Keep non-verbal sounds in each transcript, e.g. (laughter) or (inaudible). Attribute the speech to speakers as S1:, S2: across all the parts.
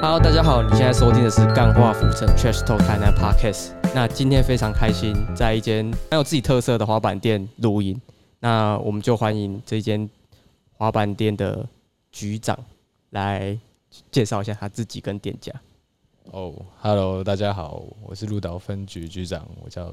S1: Hello，大家好，你现在收听的是《干话浮城 Trash Talk 台南 Podcast》。那今天非常开心，在一间很有自己特色的滑板店录音。那我们就欢迎这间滑板店的局长来介绍一下他自己跟店家。
S2: 哦、h e l l o 大家好，我是鹿岛分局局长，我叫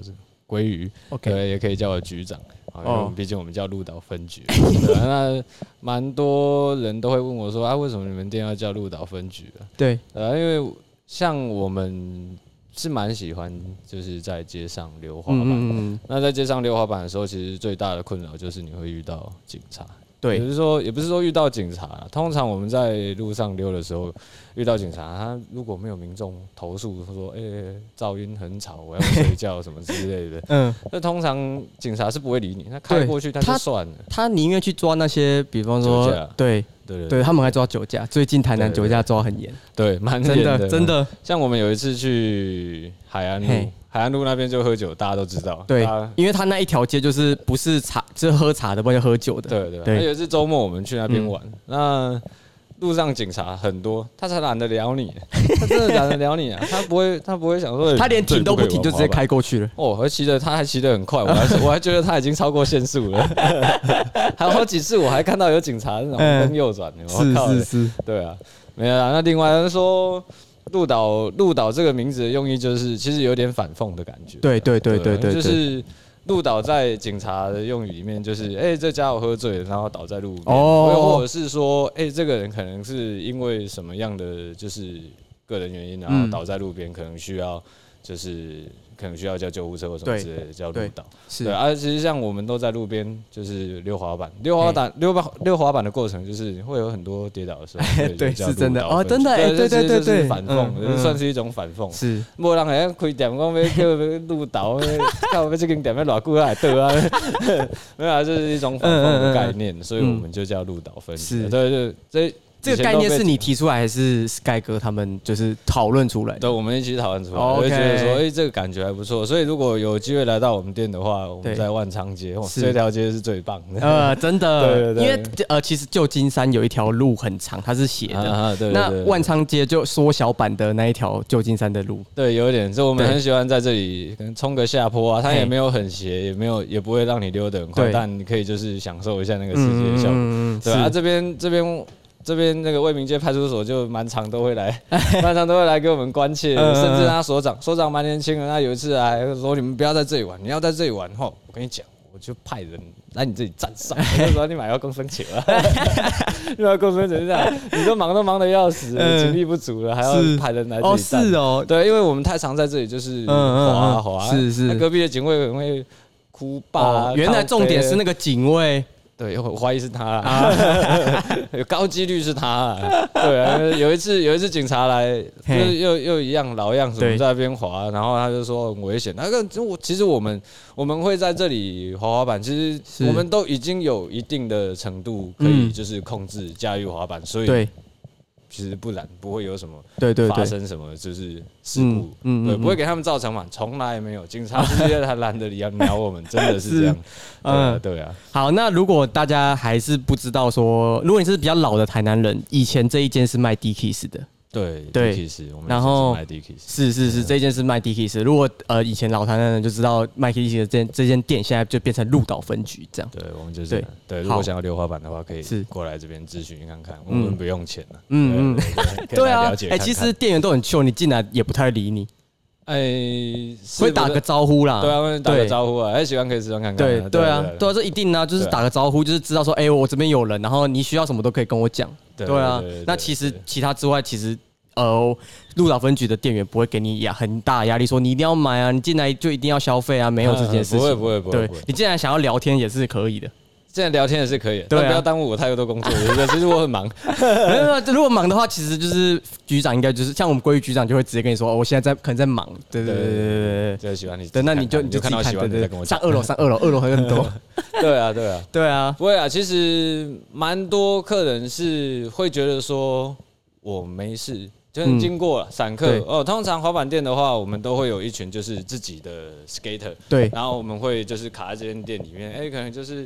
S2: 鲑鱼
S1: OK
S2: 对，也可以叫我局长，啊因为
S1: 哦
S2: 我们毕竟我们叫鹿岛分局。对啊那蛮多人都会问我说啊，为什么你们店要叫鹿岛分局啊？
S1: 对，
S2: 呃，因为像我们是蛮喜欢就是在街上溜滑板。
S1: 嗯嗯嗯，
S2: 那在街上溜滑板的时候，其实最大的困扰就是你会遇到警察。也
S1: 对
S2: 不是说也不是说遇到警察啦，通常我们在路上溜的时候遇到警察，他如果没有民众投诉说，哎、噪音很吵，我要睡觉什么之类
S1: (laughs)
S2: 的，
S1: 嗯，
S2: 那通常警察是不会理你，他开
S1: 对
S2: 过去他
S1: 他
S2: 就算了，
S1: 他宁愿去抓那些，比方说
S2: 酒驾，
S1: 对
S2: 对对
S1: 对，他们还抓酒驾。最近台南
S2: 对
S1: 酒驾抓很严，
S2: 对，蛮
S1: 真
S2: 严
S1: 的
S2: 的
S1: 真。的，
S2: 像我们有一次去海岸路
S1: 嘿，
S2: 海岸路那边就喝酒，大家都知道，
S1: 对
S2: 大家，
S1: 因为他那一条街就是不是茶，就是喝茶的，不然就喝酒的。
S2: 对对，
S1: 对
S2: 那有一次周末我们去那边
S1: 嗯
S2: 玩，那路上警察很多，他才懒得聊
S1: (laughs)
S2: 你，他真的懒得聊你啊，他不会他不会想说，欸
S1: 他连停都不停就直接。
S2: 这里可以玩滑板
S1: 开过去了。
S2: 哦，而骑的他还骑得很快，我
S1: (laughs)
S2: 还我还觉得他已经超过限速了， (laughs) 还有好几次我还看到有警察那种
S1: 嗯
S2: 跟右转，我
S1: 是
S2: 哦靠，
S1: 是是，
S2: (laughs) 对啊，没有啦。那另外他说。鹿岛，鹿岛这个名字的用意就是，其实有点反讽的感觉。啊
S1: 对对对对对，
S2: 就
S1: 对
S2: 是鹿岛在警察的用语里面，就是哎、这家伙喝醉了，然后倒在路边，
S1: 哦
S2: 又或者是说，哎、这个人可能是因为什么样的就是个人原因，然后
S1: 嗯
S2: 倒在路边，可能需要就是可能需要叫救护车或什么
S1: 对
S2: 之类的，叫鹿
S1: 对
S2: 岛。对，
S1: 是
S2: 而、啊、其实像我们都在路边就是溜滑板，溜滑板溜滑溜滑板的过程，就是会有很多跌倒
S1: (laughs)
S2: 的时候，对
S1: 对
S2: 就叫
S1: 是真的
S2: 鹿岛
S1: 哦
S2: 分
S1: 真的
S2: 局
S1: 哎对对
S2: 对这
S1: 对
S2: 是
S1: 对
S2: 反
S1: 嗯
S2: 讽，这
S1: 嗯
S2: 算是一种反讽。
S1: 是，
S2: 无人会开店讲要叫路倒，到要这间店要偌久才会倒啊？ (laughs) 没有啊，这是一种反讽的概念，所以我们就叫路倒分
S1: 嗯
S2: 析。
S1: 是
S2: 对对，这
S1: 这个概念是你，提出来还是 Sky 哥他们就是讨论出来
S2: 以前都被
S1: 的？
S2: 对，我们一起讨论出来，
S1: 哦 OK
S2: 我就觉得说，哎，这个感觉还不错。所以如果有机会来到我们店的话，我
S1: 对
S2: 们在万昌街，哇
S1: 是
S2: 这条街是最棒
S1: (laughs)
S2: 的。
S1: 呃，真的，
S2: 对对对
S1: 因为呃，其实旧金山有一条路很长，它是斜的。
S2: 啊，对对
S1: 那
S2: 对
S1: 万昌街就缩小版的那一条旧金山的路，
S2: 对，有一点，就我们
S1: 对
S2: 很喜欢在这里，可能冲个下坡啊，它
S1: 嘿
S2: 也没有很斜，也没有，也不会让你溜得很
S1: 对
S2: 快，但你可以就是享受一下那个世界的效果。
S1: 嗯嗯嗯
S2: 对啊，
S1: 是
S2: 这边这边这边那个卫民街派出所就蛮常都会
S1: (laughs)
S2: 来，蛮常都会来给我们关切，
S1: 嗯嗯嗯
S2: 甚至他所长，所长蛮年轻的，他有一次还说你们不要在这里玩，你要在这里玩吼，我跟你讲。我就派人来你这里站哨， (laughs) 我就说你买个公升球啊， (laughs) 你买个公升球是这样，你都忙都忙得要死，
S1: 嗯
S2: 精力不足了，还要
S1: 是
S2: 派人来这
S1: 哦，
S2: 里站。
S1: 是哦，
S2: 对，因为我们太常在这里，就是
S1: 嗯嗯
S2: 滑啊
S1: 嗯
S2: 滑啊，
S1: 是是
S2: 那隔壁的警卫可能会哭吧
S1: 哦
S2: 啊。
S1: 原来重点是那
S2: 那。
S1: 个警卫，
S2: 对，我怀疑是他啦，
S1: 啊
S2: (laughs) 有高几率是他啦。对啊，有一次有一次警察来，就
S1: 嘿
S2: 是又又一样老样子，我
S1: 对
S2: 们在那边滑，然后他就说很危险。那个就我其实我们我们会在这里滑滑板，其
S1: 是
S2: 实我们都已经有一定的程度可以
S1: 嗯
S2: 就是控制驾驭滑板，所以
S1: 对
S2: 其实不然不会有什么
S1: 对对
S2: 发
S1: 对，
S2: 生什么就是事
S1: 嗯
S2: 故，
S1: 嗯嗯
S2: 对，
S1: 嗯
S2: 不会给他们造成嘛，从来没有。警察之间还懒得理啊 (laughs) 鸟我们，真的是这样。对啊
S1: 嗯，
S2: 对啊。
S1: 好，那如果大家还是不知道说，如果你是比较老的台南人，以前这一间是卖 Dickies 的，
S2: 对
S1: 对
S2: d i s 我们
S1: 然后
S2: 买 d i s
S1: 是是是，这一间是卖 Dickies。如果呃以前老台南人就知道卖 Dickies 的这间这间店，现在就变成鹿岛分局这样。
S2: 对，我们就是
S1: 对
S2: 对如
S1: 好
S2: 果想要溜滑板的话，可以
S1: 是
S2: 过来这边咨询看看，我
S1: 嗯
S2: 们不用钱的。
S1: 嗯
S2: 嗯嗯，可以
S1: (laughs) 对
S2: 来
S1: 啊
S2: 了解，
S1: 哎，
S2: 看看。
S1: 其实店员都很秀，你进来也不太理你，
S2: 哎，是
S1: 会打个招呼啦。
S2: 对啊，会打个
S1: 对
S2: 招呼啊，哎，喜欢可以试穿看看
S1: 对
S2: 啊。
S1: 对啊，对
S2: 对
S1: 啊，这一定啊，就是
S2: 对啊
S1: 打个招呼，就是知道说，哎，我这边有人，然后你需要什么都可以跟我讲。
S2: 对
S1: 对啊
S2: 对对对，
S1: 那其实
S2: 对
S1: 其他之外，其实呃，鹿岛分局的店员不会给你压很大的压力，说你一定要买啊，你进来就一定要消费啊，没有这件事情。
S2: 嗯 (laughs) 不会不会不会
S1: 对
S2: 不会。
S1: 你进来想要聊天也是可以的。
S2: 现在聊天也是可以的，
S1: 对啊
S2: 但不要耽误我太多工作。对不对其实我很忙，
S1: 没有没有，如果忙的话，其实就是局长应该就是像我们归于局长就会直接跟你说，哦我现在在可能在忙。对对对对对对对。
S2: (laughs) 就喜欢你。
S1: 对，那你就你
S2: 看你
S1: 就自
S2: 就看
S1: 己
S2: 到
S1: 看，
S2: 喜
S1: 对
S2: 欢你
S1: 对
S2: 再跟我
S1: 对，
S2: 讲
S1: 上。二楼上二楼，二楼还很多。
S2: (laughs) 对啊对啊，
S1: 对啊，
S2: 不会啊，其实蛮多客人是会觉得说我没事，就是
S1: 嗯
S2: 经过了散客、
S1: 对
S2: 哦。通常滑板店的话，我们都会有一群就是自己的 skater，
S1: 对
S2: 然后我们会就是卡在这间店里面，哎、可能就是。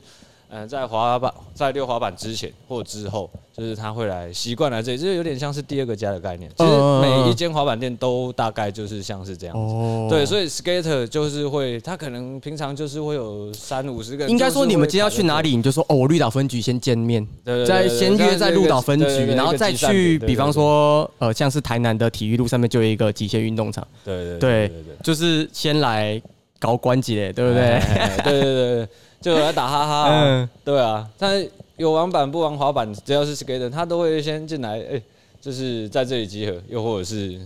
S2: 呃，在滑板在溜滑板之前或之后，就是他会来习惯来这里，就是有点像是第二个家的概念。其实
S1: 嗯嗯嗯
S2: 每一间滑板店都大概就是像是这样子。
S1: 哦
S2: 对，所以 skater 就是会，他可能平常就是会有三五十个人。
S1: 应该说你们今天要去哪
S2: 里？
S1: 里，你就说哦，我绿岛分局先见面，
S2: 对对对
S1: 再
S2: 对
S1: 先
S2: 这样
S1: 约
S2: 是
S1: 在
S2: 一
S1: 鹿
S2: 个
S1: 岛
S2: 集
S1: 分
S2: 对对
S1: 局，
S2: 对
S1: 然
S2: 一
S1: 后
S2: 个
S1: 再
S2: 集散点
S1: 去，
S2: 对
S1: 比
S2: 对
S1: 方
S2: 对
S1: 说呃，像是台南的体育路上面就有一个极限运动场，
S2: 对
S1: 对
S2: 对对对对。
S1: 就是先来搞关节，对不对？
S2: 哎 (laughs) 对对对对，就来打哈哈啊、
S1: (laughs) 嗯
S2: 对啊，但是有玩板不玩滑板，只要是 skater，他都会先进来，哎、就是在这里集合，又或者是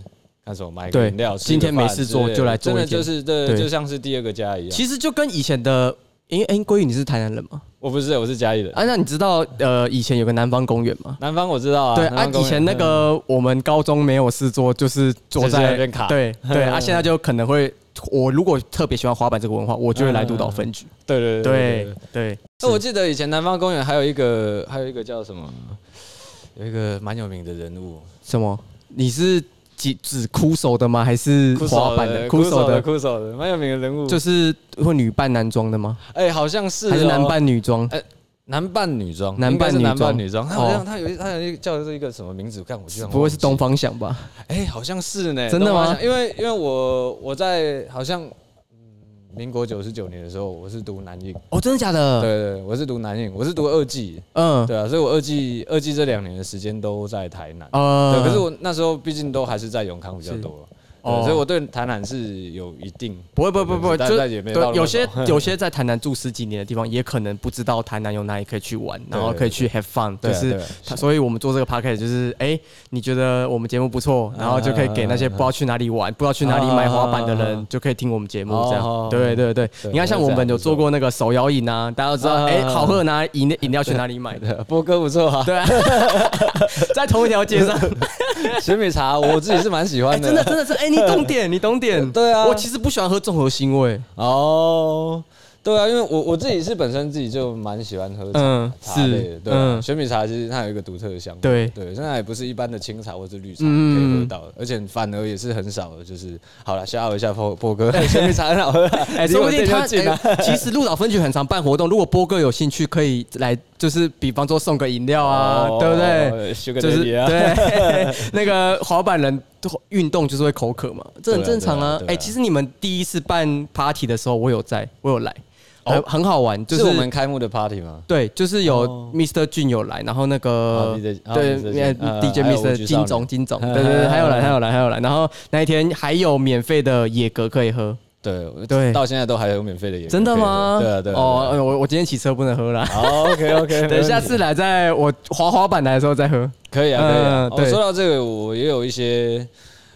S2: 看什么买个
S1: 对
S2: 饮料，吃个
S1: 今天没
S2: 饭
S1: 事
S2: 之
S1: 做
S2: 类的
S1: 就来做
S2: 真的
S1: 一天
S2: 就是对，
S1: 对
S2: 就像是第二个家一样。
S1: 其实就跟以前的，因为哎，鲑鱼你是台南人吗？
S2: 我不是，我是嘉义人，
S1: 啊，那你知道呃，以前有个南方公园吗？
S2: 南方我知道啊。
S1: 对
S2: 南
S1: 啊
S2: 方，公
S1: 以
S2: 园嗯
S1: 前那个我们高中没有事做，就是坐
S2: 就是在
S1: 在
S2: 那边卡嗯
S1: 对对啊，现在就可能会，我如果特别喜欢滑板这个文化，我就会来督导分局。
S2: 对对嗯对对
S1: 对
S2: 对。
S1: 对，
S2: 那我记得以前南方公园还有一个，还有一个叫什么？有一个蛮有名的人物，
S1: 什么？你是只只哭手的吗？还是
S2: 酷
S1: 滑
S2: 手
S1: 板
S2: 的，
S1: 哭
S2: 酷
S1: 手
S2: 手的，
S1: 的，
S2: 酷手的，蛮有名的人物。
S1: 就是会女扮男装的吗？
S2: 哎，好像是
S1: 还是
S2: 哦
S1: 男扮女装？
S2: 男扮女装，
S1: 男
S2: 应该
S1: 扮
S2: 是
S1: 女
S2: 男扮
S1: 装
S2: 女装。他好像
S1: 哦
S2: 他有一他有一个叫这个什么名字，看我居然
S1: 不会是东
S2: 哎忘记？
S1: 方想吧？
S2: 哎，好像是呢，
S1: 真的
S2: 东方
S1: 吗
S2: 向因为因为我我在好像嗯民国九十九年的时候，我是读南印，
S1: 哦，真的假
S2: 对
S1: 的？
S2: 对，对我是读南印，我是读二技，
S1: 嗯，
S2: 对啊，所以我二技二技这两年的时间都在台南。
S1: 呃
S2: 对，可是我那时候毕竟都还是在永康比较
S1: 是
S2: 多，对，
S1: 哦
S2: 所以我对台南是有一定
S1: 不会不会不会不会，
S2: 但
S1: 就
S2: 但也没到那
S1: 对
S2: 么
S1: 有些
S2: 多 (laughs)
S1: 有些在台南住十几年的地方，也可能不知道台南有哪里可以去玩，然后
S2: 对对
S1: 可以去 have fun，
S2: 对
S1: 就
S2: 啊
S1: 是
S2: 对啊
S1: 他，所以我们做这个 p a c k a g e 就是，哎、你觉得我们节目不错，然后就可以给那些不知道去哪里玩、不知道去哪里买滑板的
S2: 啊啊啊
S1: 人，就可以听我们节目
S2: 哦
S1: 这样。对对对，
S2: 对
S1: 你看像我们有做过那个手摇饮啊，大家都知道，
S2: 啊
S1: 哎、好喝哪饮饮料去哪里买
S2: (laughs)
S1: 的？
S2: 波哥不错啊，
S1: 对啊， (laughs) 在同一条街
S2: (laughs)
S1: 上， (laughs)
S2: 雪美茶我自己是蛮喜
S1: 哎、
S2: 欢的
S1: 真，的真的是，哎、你懂点，你懂点。
S2: 对啊
S1: 我其实不喜欢喝综合腥味，
S2: 哦，对啊，因为我我自己是本身自己就蛮喜欢喝茶,、
S1: 嗯
S2: 茶类的，
S1: 是
S2: 对、啊，
S1: 嗯
S2: 雪米茶其实它有一个独特的香味，
S1: 对
S2: 对，现在也不是一般的清茶或是绿茶可以
S1: 嗯
S2: 喝到的，而且反而也是很少的，就是好了，吓我一下波波
S1: (laughs)
S2: 哥，雪米茶很好喝啊， (laughs)
S1: 哎、
S2: 离
S1: 说
S2: 我
S1: 不定
S2: 店就
S1: 他、
S2: 近啊，
S1: 哎其实鹿岛分局很常办活动，如果波哥有兴趣，可以来，就是比方说送个饮料啊，对不对？
S2: 对
S1: 就是
S2: 哦啊，
S1: 对 (laughs) 那个滑板人运动就是会口渴嘛，这很正常啊
S2: 对啊对啊。对啊
S1: 哎，其实你们第一次办 party 的时候，我有在，我有来，很很好玩，就是
S2: 哦是我们开幕的 party 吗？
S1: 对，就是有
S2: 哦
S1: Mr. 俊有来，然后那个
S2: 啊，DJ 啊
S1: 对
S2: Mr.
S1: 呃
S2: 俊呃
S1: DJ
S2: 还有我
S1: Mr.
S2: 去少
S1: 金
S2: 年
S1: 总金总，对对对，还有来还有来还有来，然后那一天还有免费的野格可以喝，
S2: 对我
S1: 对
S2: 到现在都还有免费的演，
S1: 真的吗？
S2: 对啊对啊，啊
S1: 哦，
S2: 哦
S1: 呃我我今天骑车不能喝啦。 (laughs)
S2: ，OK OK，
S1: 等下次来，在我滑滑板来的时候再喝。
S2: 可以啊，可以啊。
S1: 嗯
S2: 我、
S1: 对
S2: 说到这个，我也有一些，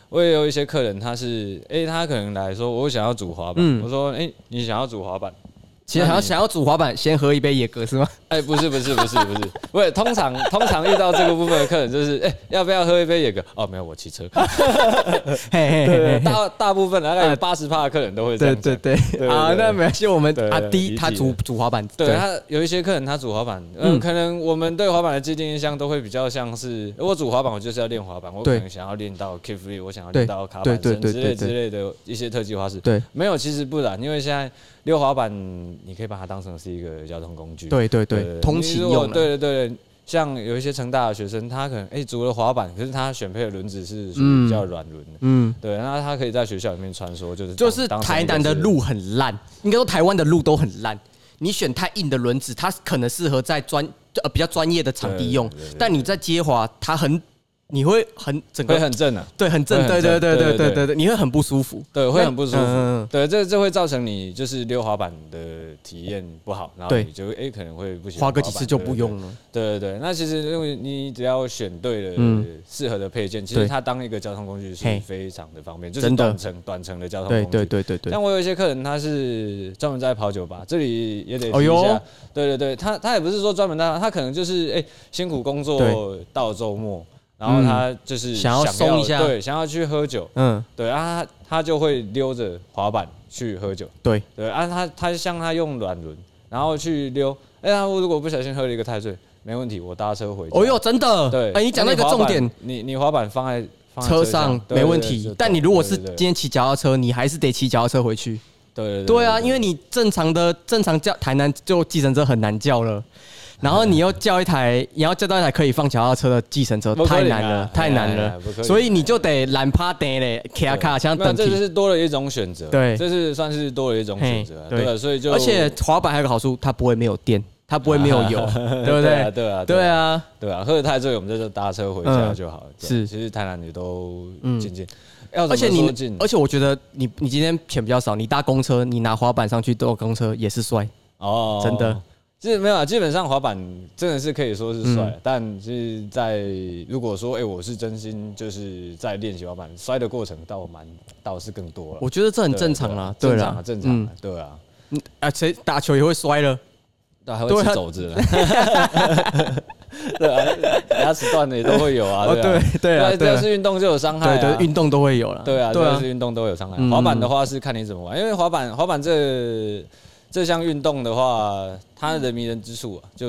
S2: 我也有一些客人，他是，哎、他可能来说，我想要组滑板，
S1: 嗯
S2: 我说，哎、你想要组滑板？
S1: 其实还要想要煮滑板，先喝一杯野格是吗？
S2: 哎、不是，不是，不是，不是， (laughs) 不是。通常通常遇到这个部分的客人，就是，哎、要不要喝一杯野格？哦，没有，我骑车。 (laughs)
S1: (laughs) 嘿嘿嘿
S2: 对
S1: 嘿。
S2: 大大部分大概有八十趴的客人都会
S1: 对
S2: 这样讲。
S1: 啊对对
S2: 对
S1: 啊，那没关系，我们
S2: 对
S1: 阿
S2: 对理
S1: 迪
S2: 解
S1: 他主主滑板，
S2: 对他有一些客人，他组滑板，嗯、
S1: 嗯
S2: 可能我们对滑板的既定印象都会比较像是，呃我组滑板我就是要练滑板，我可
S1: 对
S2: 能想要练到 kick free，我想要
S1: 对
S2: 练到卡板
S1: 对
S2: 身
S1: 对
S2: 之
S1: 对
S2: 类
S1: 对
S2: 之类的一些特技花式。
S1: 对
S2: 没有，其实不然，因为现在溜滑板你可以把它当成是一个交通工具，
S1: 对对对，通勤
S2: 你如果
S1: 用的，
S2: 对对对对，像有一些成大的学生，他可能哎、组了滑板，可是他选配的轮子是属于
S1: 嗯
S2: 比较软轮的。
S1: 嗯，
S2: 对，那他可以在学校里面穿梭，就是
S1: 就
S2: 就是
S1: 台南的路很烂，应该说台湾的路都很烂。你选太硬的轮子，它可能适合在专呃比较专业的场地用
S2: 对对对对，
S1: 但你在街滑，它很你会很整
S2: 会
S1: 个
S2: 很正啊，
S1: 对很正，
S2: 会
S1: 对
S2: 很
S1: 对对对
S2: 正对对
S1: 对
S2: 对
S1: 对对，你会很不舒服。
S2: 对，会很不舒服。
S1: 嗯嗯嗯
S2: 对，这这会造成你就是溜滑板的体验不好，然后
S1: 对
S2: 你就哎、可能会不喜欢
S1: 滑个
S2: 板
S1: 几次就不用。了。
S2: 对对对对，那其实因为你只要选对了
S1: 嗯
S2: 适合的配件，其实
S1: 对
S2: 它当一个交通工具是
S1: 嘿
S2: 非常的方便，就是
S1: 真的
S2: 短程短程的交通工
S1: 对
S2: 具。
S1: 对对对对，
S2: 像我有一些客人，他是专门在跑酒吧，这里也得提
S1: 哎
S2: 一
S1: 呦
S2: 下。对对对，他他也不是说专门在，他可能就是哎、辛苦工作
S1: 对嗯
S2: 到周末，然后他就是
S1: 想要松一下
S2: 对，想要去喝酒，
S1: 嗯，
S2: 对啊，他他就会溜着滑板去喝酒，
S1: 对，
S2: 对啊，他他像他用软轮，然后去溜，哎、他如果不小心喝了一个太醉，没问题，我搭车回家。
S1: 哦哟，真的，
S2: 对，
S1: 哎，你讲到一个
S2: 那滑
S1: 重
S2: 板
S1: 点，，
S2: 你你滑板放在放在
S1: 车
S2: 上
S1: 上没问
S2: 对对对
S1: 题
S2: 就，
S1: 但你如果
S2: 对
S1: 是
S2: 对对
S1: 今天骑脚踏车，你还是得骑脚踏车回去。
S2: 对对
S1: 对啊，因为你正常的正常叫台南就计程车很难叫了，然后你又叫一
S2: (laughs)
S1: 台，你要叫到一台可以放脚踏车的计程车，
S2: 不可
S1: 太
S2: 能啊
S1: 难了，太难
S2: 哎哎哎
S1: 了
S2: 不可，哎能
S1: 所以你就得懒趴等嘞，卡卡像
S2: 没有
S1: 等
S2: 这就
S1: 停。
S2: 是多了一种选择，
S1: 对
S2: 这是算是多了一种选择啊，
S1: 嘿对
S2: 对吧？所以就
S1: 而且滑板还有个好处，它不会没有电，它不会没有油，对不对？
S2: (laughs) 对啊对啊
S1: 对啊，
S2: 对啊，喝太醉，我们这就搭车回家就好了。
S1: 嗯
S2: 对
S1: 是嗯
S2: 其实台南也都近近，要
S1: 而且
S2: 怎么说
S1: 你
S2: 近，
S1: 而且我觉得你你今天钱比较少，你搭公车，你拿滑板上去坐公车也是帅，
S2: 哦
S1: 真的。嗯
S2: 其实没有啊，基本上滑板真的是可以说是帅，但是在如果说，哎、我是真心就是在练习滑板摔的过程倒蛮倒是更多了，
S1: 我觉得这很
S2: 对啊
S1: 正常啦，
S2: 对
S1: 对
S2: 啊正常
S1: 啦
S2: 啊，，正常啊，对啊，
S1: 嗯啊，谁打球也会摔了，
S2: 对啊，还
S1: 对
S2: 会
S1: 啊
S2: 吃肘子
S1: (laughs)
S2: 了，对啊，牙齿断的也都会有啊，
S1: 哦
S2: 对啊
S1: 对对啊
S2: 只
S1: 对啊
S2: 要是运动就有伤害
S1: 对
S2: 啊，
S1: 对，运动都会有啦，
S2: 对啊，
S1: 对
S2: 对
S1: 啊
S2: 啊，，运动都有伤害
S1: 嗯。
S2: 滑板的话是看你怎么玩，因为滑板滑板这这项运动的话，它的迷人之处啊，就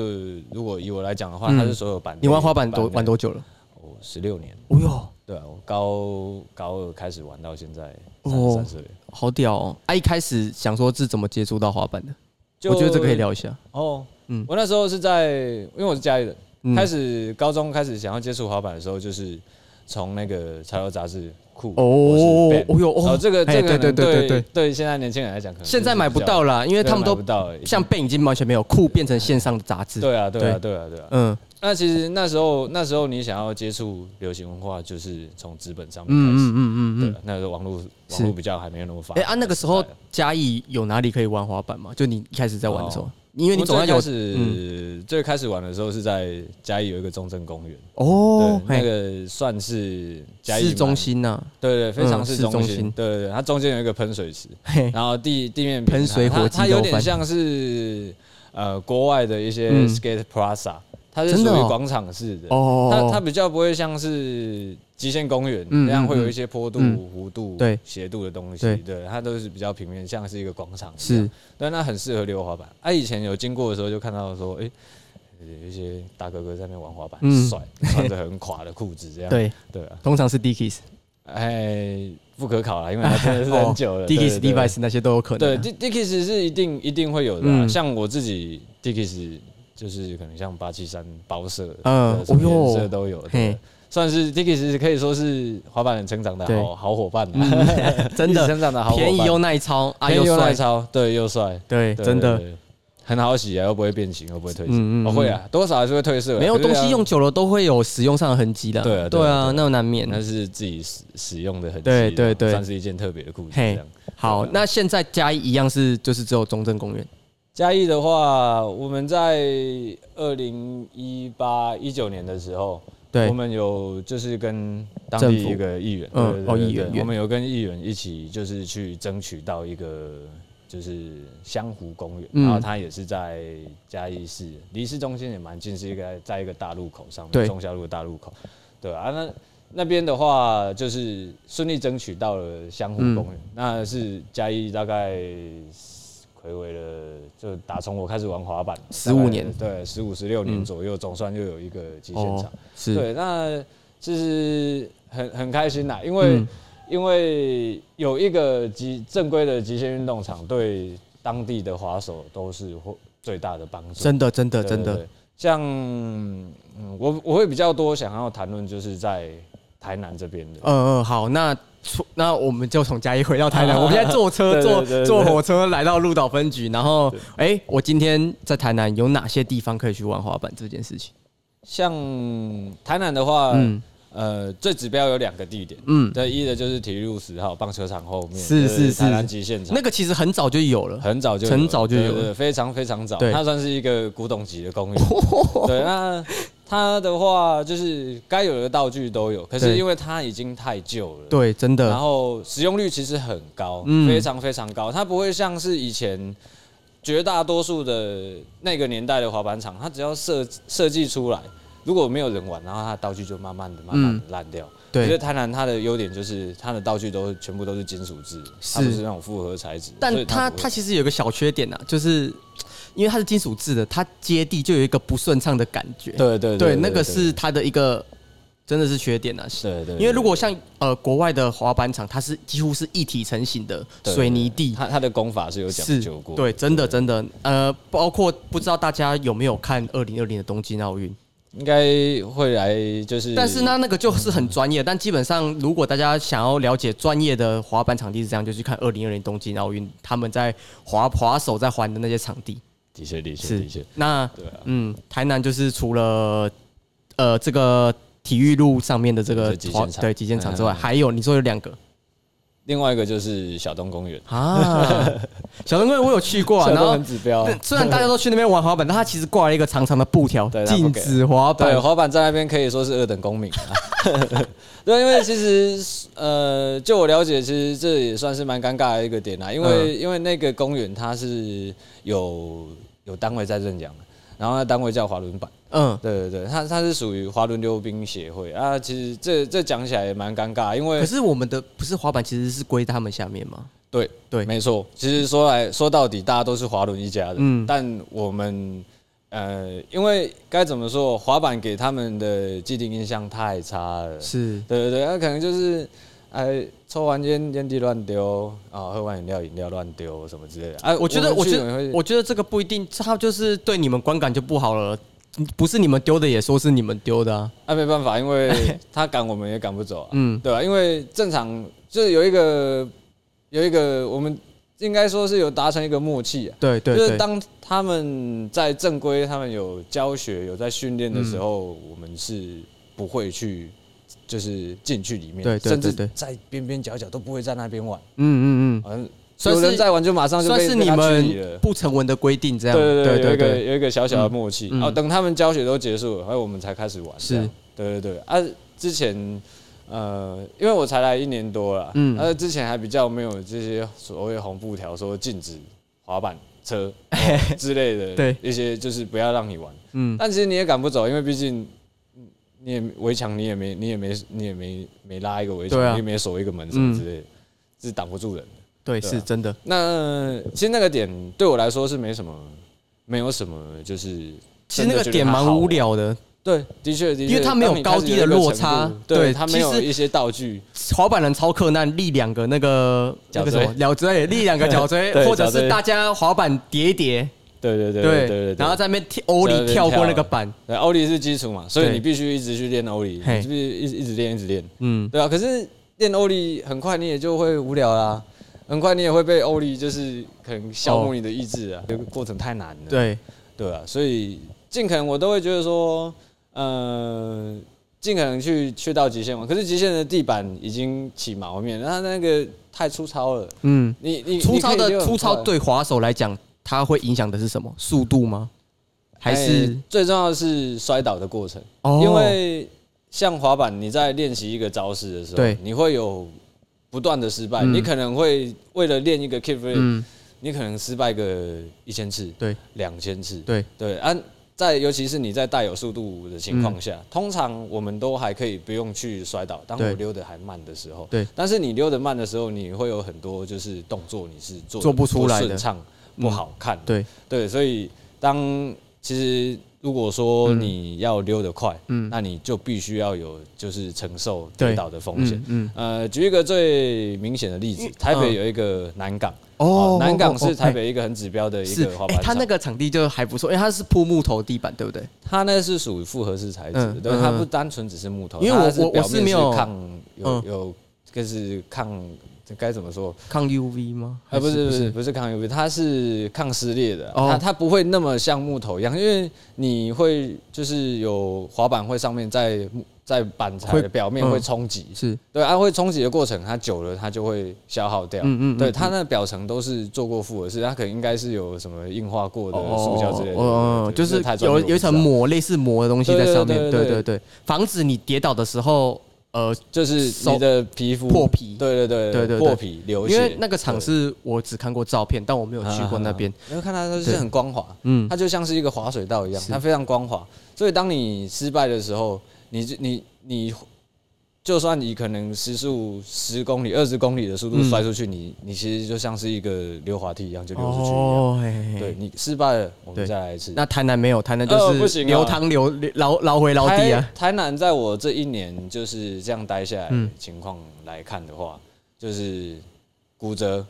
S2: 如果以我来讲的话，
S1: 嗯
S2: 它是所有板类。
S1: 你玩滑板多
S2: 类
S1: 玩？多久了？
S2: 我十六年，
S1: 哦哟，
S2: 对啊，我高高二开始玩到现在
S1: 哦
S2: 三三岁。
S1: 好屌哦！啊，一开始想说是怎么接触到滑板的？
S2: 就
S1: 我觉得这可以聊一下。
S2: 哦，
S1: 嗯
S2: 我那时候是在，因为我是家里人，
S1: 嗯
S2: 开始高中开始想要接触滑板的时候，就是从那个潮流杂志库
S1: 哦
S2: 或是 Band
S1: 哦哟哦
S2: 哦，这个
S1: 哎
S2: 这个可能
S1: 对对对对对
S2: 对对，现在年轻人来讲，可能
S1: 现在买不到
S2: 了，
S1: 啦，因为他们
S2: 对
S1: 都
S2: 买不到了已经
S1: 像背已经完全没有酷，变成线上的杂志。
S2: 对啊，对
S1: 对
S2: 啊，对啊，对啊。
S1: 嗯
S2: 那其实那时候，那时候你想要接触流行文化，就是从纸本上面开始。
S1: 嗯嗯嗯
S2: 对
S1: 嗯
S2: 啊，那时候网络
S1: 是
S2: 网络比较还没有那么发
S1: 嗯。哎
S2: 达。
S1: 啊，那个时候嘉义有哪里可以玩滑板吗？就你一开始在玩的时候
S2: 哦，
S1: 因为你
S2: 我
S1: 总要
S2: 最
S1: 有嗯
S2: 开始最开始玩的时候是在嘉义有一个中正公园，
S1: 哦
S2: 对，，那
S1: 嘿
S2: 个算是嘉义
S1: 市中
S2: 蛮，
S1: 心
S2: (laughs)
S1: 呐，
S2: 对对，非常
S1: 嗯
S2: 市
S1: 市
S2: 中
S1: 中
S2: 心
S1: 心，
S2: 对对对，它中间有一个喷水池，
S1: 嘿，
S2: 然后地地面
S1: 喷水
S2: 平台
S1: 火
S2: 它
S1: 鸡
S2: 它有
S1: 肉
S2: 点
S1: 饭
S2: 像是呃国外的一些
S1: 嗯
S2: skate plaza，、它是
S1: 真
S2: 属
S1: 的哦
S2: 于广场式的，它它
S1: 哦，
S2: 比较不会像是极限公园
S1: 嗯
S2: 那样
S1: 嗯
S2: 会有
S1: 嗯
S2: 一些坡度、
S1: 嗯
S2: 弧度、
S1: 对
S2: 斜度的东西
S1: 对，
S2: 对，它都是比较平面，像是一个广场一样
S1: 是，
S2: 但它很适合溜滑板。啊，以前有经过的时候就看到说，哎、有一些大哥哥在那边玩滑板，
S1: 嗯 (laughs)
S2: 很帅，穿着很垮的裤子这样，
S1: 对，
S2: 对啊，
S1: 通常是 Dickies，
S2: (laughs) 哎，不可考了，因为它真的
S1: (laughs) 哦
S2: 是很久了
S1: d i c k i
S2: 对
S1: s
S2: 对对
S1: Levi's 那些都有可能
S2: 对
S1: 啊。
S2: ，D Dickies 是一定一定会有的啊、
S1: 嗯
S2: 像我自己 Dickies 就是可能像八七三包色，
S1: 嗯
S2: 嗯，什么
S1: 哦哟
S2: 颜色都有，对
S1: 嘿，
S2: 算是 Dickies 可以说是滑板人成长的
S1: 对
S2: 好好伙伴、啊， (laughs)
S1: 嗯 (laughs) 真
S2: 一直
S1: 的
S2: 成长的好伙伴，
S1: 便宜又耐操啊，
S2: 便宜
S1: 又
S2: 又耐
S1: 帅，
S2: 操，对，又帅，
S1: 对，
S2: 对
S1: 真，的
S2: 对对很好洗啊，又不会变形，又不会褪色，
S1: 嗯嗯
S2: 哦会啊，多少还是会褪色啊，
S1: 没有
S2: 可是
S1: 东西
S2: 要
S1: 用久了都会有使用上的痕迹的。
S2: 对啊对啊
S1: 对
S2: 对
S1: 啊
S2: 啊，
S1: 那难免。
S2: 那是自己使使用的痕迹，
S1: 对对对
S2: 算是一件特别的故事这
S1: 嘿
S2: 样。
S1: 好，
S2: 对啊
S1: 那现在嘉义一样是就是只有中正公园。
S2: 嘉义的话，我们在二零一八一九年的时候，
S1: 对
S2: 我，们有就是跟当
S1: 政
S2: 地
S1: 府
S2: 一个议员，
S1: 嗯
S2: 对对
S1: 哦
S2: 对
S1: 议员
S2: 对我们有跟议员一起就是去争取到一个就是湘湖公园，
S1: 嗯
S2: 然后它也是在嘉义市，离市中心也蛮近，是一个在一个大路口上
S1: 对
S2: 面，中下路的大路口，对啊，那。那边的话，就是顺利争取到了湘湖公园，
S1: 嗯
S2: 那是嘉义大概暌违了，就打从我开始玩滑板
S1: 15
S2: 大概
S1: 年
S2: 对，十五十六
S1: 嗯
S2: 年左右，总算又有一个极限场
S1: 哦。，是，
S2: 对，那就是很很开心啊啦，因为、
S1: 嗯
S2: 因为有一个极正规的极限运动场，对当地的滑手都是会最大的帮助。
S1: 真的真的
S2: 对
S1: 真。
S2: 对
S1: 的
S2: 对像嗯，我我会比较多想要谈论就是在台南这边的。
S1: 嗯嗯，好，那出那我们就从嘉义回到台南。我们现在坐车
S2: 啊对对
S1: 坐
S2: 对对
S1: 坐火车来到鹿岛分局，然后哎，我今天在台南有哪些地方可以去玩滑板这件事情？
S2: 像台南的话，
S1: 嗯
S2: 呃，最指标有两个地点，
S1: 嗯，
S2: 对，一的就是体育路十号棒球场后面，
S1: 是
S2: 就是
S1: 是
S2: 台南极限场
S1: 那。个其实很早就有了。
S2: 很早就有
S1: 很早就有了
S2: 对对对非常非常早
S1: 对。
S2: 它算是一个古董级的公
S1: (laughs)
S2: 寓。对，那它的话就是该有的道具都有，可是
S1: 对
S2: 因为它已经太旧了，
S1: 对，真
S2: 然
S1: 的，
S2: 后使用率其实很高，
S1: 嗯
S2: 非常非常高。它不会像是以前绝大多数的那个年代的滑板场，它只要设设计出来，如果没有人玩，然后它的道具就慢慢的、慢慢的烂掉。我觉得
S1: 嗯对，
S2: 台南它的优点就是它的道具都全部都是金属制，它
S1: 是
S2: 不是那种复合材质。所
S1: 但
S2: 以
S1: 它
S2: 不会
S1: 它其实有个小缺点呐，就是因为它是金属制的，它接地就有一个不顺畅的感觉。
S2: 对对
S1: 对，那个是它的一个真的是缺点啊。是
S2: 对对
S1: 因为如果像呃国外的滑板场，它是几乎是一体成型的
S2: 对
S1: 水泥地，
S2: 他他的功法是有讲
S1: 是
S2: 究过，
S1: 对，真的真的，呃，包括不知道大家有没有看二零二零的东京奥运，
S2: 应该会来就是，
S1: 但是呢，那个就是很专业。但基本上，如果大家想要了解专业的滑板场地是这样，就去看二零二零东京奥运他们在滑滑手在环的那些场地。
S2: 的确的确
S1: 是
S2: 的确，
S1: 那、
S2: 对啊，
S1: 嗯，台南就是除了呃这个体育路上面的这个
S2: 这极
S1: 滑
S2: 限场
S1: 对极限场之外，
S2: 嗯
S1: 还有你说有两
S2: (laughs)
S1: 个
S2: 另外一个就是小东公园，
S1: 啊，小灯会我有去过、啊，
S2: (laughs) 小
S1: 然
S2: 东
S1: 后
S2: 很指标
S1: 对，虽然大家都去那边玩滑板，但它其实挂了一个长长的布条，
S2: 对它不
S1: 禁
S2: 给
S1: 止滑
S2: 对，
S1: 板。
S2: 滑板在那边可以说是二等公民啊。 (laughs) 对，因为其实呃，就我了解，其实这也算是蛮尴尬的一个点啊啦，因为、
S1: 嗯
S2: 因为那个公园它是有有单位在认养的，然后那单位叫滑轮板，
S1: 嗯，
S2: 对对对，它它是属于滑轮溜冰协会啊。其实这这讲起来也蛮尴尬，因为
S1: 可是我们的不是滑板，其实是归在他们下面吗？
S2: 对
S1: 对
S2: 没错。其实说来说到底，大家都是滑轮一家的。
S1: 嗯
S2: 但我们呃，因为该怎么说，滑板给他们的既定印象太差了。
S1: 是，
S2: 对对对，那、可能就是哎，抽完烟烟蒂乱丢啊，喝完饮料饮料乱丢什么之类的。哎、
S1: 呃我觉得，
S2: 们
S1: 我
S2: 去
S1: 觉
S2: 也
S1: 得，
S2: 会
S1: 我觉得这个不一定，他就是对你们观感就不好了。不是你们丢的，也说是你们丢的啊。
S2: 啊，没办法，
S1: (laughs)
S2: 因为他赶我们也赶不走啊，
S1: 嗯，
S2: 对吧、因为正常就是有一个有一个，我们应该说是有达成一个默契啊。
S1: 对对
S2: 就是
S1: 对，
S2: 当他们在正规，他们有教学、有在训练的时候，
S1: 嗯
S2: 我们是不会去，就是进去里面，
S1: 对对
S2: 甚至
S1: 对对
S2: 在边边角角都不会在那边玩，
S1: 嗯嗯
S2: 好像
S1: 算
S2: 有
S1: 是
S2: 人在玩就马上
S1: 嗯，
S2: 就
S1: 算
S2: 被
S1: 是你
S2: 被他驱离
S1: 们
S2: 了
S1: 不成文的规定，这样。
S2: 对对对，
S1: 对
S2: 有一个
S1: 对，
S2: 有一个小小的默契。
S1: 嗯嗯
S2: 哦，等他们教学都结束了，然后我们才开始玩。
S1: 是
S2: 这样，对对对。啊，之前呃，因为我才来一年多了，
S1: 嗯
S2: 嗯，呃，之前还比较没有这些所谓红布条说禁止滑板车、哦之类
S1: (laughs)
S2: 的，
S1: 对
S2: 一些就是不要让你玩。
S1: (laughs) 嗯，
S2: 但其实你也赶不走，因为毕竟。你也围墙，你也没，你也没，你也没没拉一个围墙，
S1: 对啊
S2: 你也没锁一个门什
S1: 嗯
S2: 么之类的，是挡不住人的。
S1: 对，
S2: 对啊
S1: 是真的。
S2: 那其实那个点对我来说是没什么，没有什么，就是
S1: 其实那个点蛮无。聊的，
S2: 对，的确的确，
S1: 因为它没有
S2: 当你开始
S1: 高低的落差
S2: 有一个程度
S1: 对
S2: 对，它没
S1: 其
S2: 有
S1: 实
S2: 一些道具，
S1: 滑板人超克难，立两个那个那个
S2: 脚
S1: 什
S2: 锥
S1: 么脚
S2: (laughs)
S1: 锥，立两个脚锥，
S2: 对
S1: 或者
S2: 脚
S1: 是
S2: 锥
S1: 大家滑板叠一叠，
S2: 对对对对对对。
S1: 然后在那边跳欧
S2: 在
S1: 里
S2: 那边
S1: 跳过
S2: 跳
S1: 那个板，
S2: 对欧力是基础嘛，所以
S1: 对
S2: 你必须一直去练欧力，
S1: 嘿
S2: 你是不是一直一直练一直练？
S1: 嗯，
S2: 对啊，可是练欧力很快你也就会无聊啦，很快你也会被欧力就是可能消
S1: 哦
S2: 磨你的意志啊，这个过程太难了。
S1: 对，
S2: 对啊，所以尽可能我都会觉得说，呃，尽可能去去到极限嘛。可是极限的地板已经起毛面，那那个太粗糙了。
S1: 嗯，
S2: 你你
S1: 粗糙
S2: 你可以
S1: 的
S2: 溜很
S1: 粗糙
S2: 快
S1: 对滑手来讲，它会影响的是什么？速度吗？还是
S2: 哎最重要的是摔倒的过程，
S1: 哦
S2: 因为像滑板，你在练习一个招式的时候
S1: 对，
S2: 你会有不断的失败，
S1: 嗯
S2: 你可能会为了练一个 kick flip，、
S1: 嗯，
S2: 你可能失败个一千次，
S1: 对，
S2: 两千次，
S1: 对，
S2: 对啊，在尤其是你在带有速度的情况下，通常我们都还可以不用去摔倒。当
S1: 嗯对
S2: 我溜得还慢的时候，
S1: 对
S2: 但是你溜得慢的时候，你会有很多就是动作你是做得
S1: 做不出来的
S2: 顺畅、
S1: 嗯
S2: 不好看。
S1: 对，
S2: 对，所以当其实如果说你要溜得快，
S1: 嗯
S2: 那你就必须要有就是承受
S1: 对
S2: 跌倒的风险。
S1: 嗯，
S2: 呃，举一个最明显的例子，台北有一个南港，
S1: 哦
S2: 哦，南港
S1: 哦哦
S2: 是
S1: 哦
S2: 台北一个很指标的一
S1: 是
S2: 个滑，
S1: 哎，
S2: 板
S1: 它
S2: 场
S1: 那。个场地就还不错，因为它是铺木头地板，对不对？
S2: 它那是属于复合式材质的，
S1: 嗯
S2: 对，
S1: 嗯
S2: 它
S1: 嗯
S2: 不单纯只是木头，
S1: 因为我
S2: 它是
S1: 我
S2: 表
S1: 我是
S2: 面
S1: 没有
S2: 抗有
S1: 嗯
S2: 有就是抗这该怎么说？
S1: 抗 UV 吗？
S2: 啊，不是
S1: 还
S2: 不是，不是抗 UV，它是抗撕裂的，
S1: 哦
S2: 它它不会那么像木头一样，因为你会就是有滑板会上面在木在板材
S1: 会
S2: 的表面
S1: 嗯
S2: 会冲击，
S1: 是，
S2: 对，它会冲击的过程，它久了它就会消耗掉。
S1: 嗯嗯，
S2: 对
S1: 嗯
S2: 它那表层都是做过复合式，它可能应该是有什么硬化过的塑胶之类的，
S1: 哦
S2: 对对对
S1: 就是
S2: 这太专
S1: 有
S2: 业我不
S1: 有一层
S2: 知道
S1: 膜，类似膜的东西在上面，
S2: 对对
S1: 对
S2: 对
S1: 对
S2: 对
S1: 对，防止你跌倒的时候，呃，
S2: 就是
S1: 手
S2: 你的皮肤
S1: 破皮
S2: 对对对
S1: 对对对
S2: 破皮流血。
S1: 因为那个场
S2: 对
S1: 是我只看过照片，但我没有去过那边，，
S2: 因为看它都是
S1: 对
S2: 很光滑，
S1: 嗯，
S2: 它就像是一个滑水道一样，
S1: 是
S2: 它非常光滑。所以当你失败的时候，你就你你就算你可能时速十公里、二十公里的速度
S1: 嗯
S2: 摔出去，你你其实就像是一个溜滑梯一样，就溜出去一样。
S1: 哦，嘿嘿
S2: 对你失败了，我
S1: 对
S2: 们再来一次。
S1: 那台南没有，台南
S2: 呃
S1: 就
S2: 不
S1: 是
S2: 行啊
S1: 流汤流流捞捞回捞地啊。
S2: 台台南在我这一年就是这样待下来的
S1: 嗯
S2: 情况来看的话，就是骨折、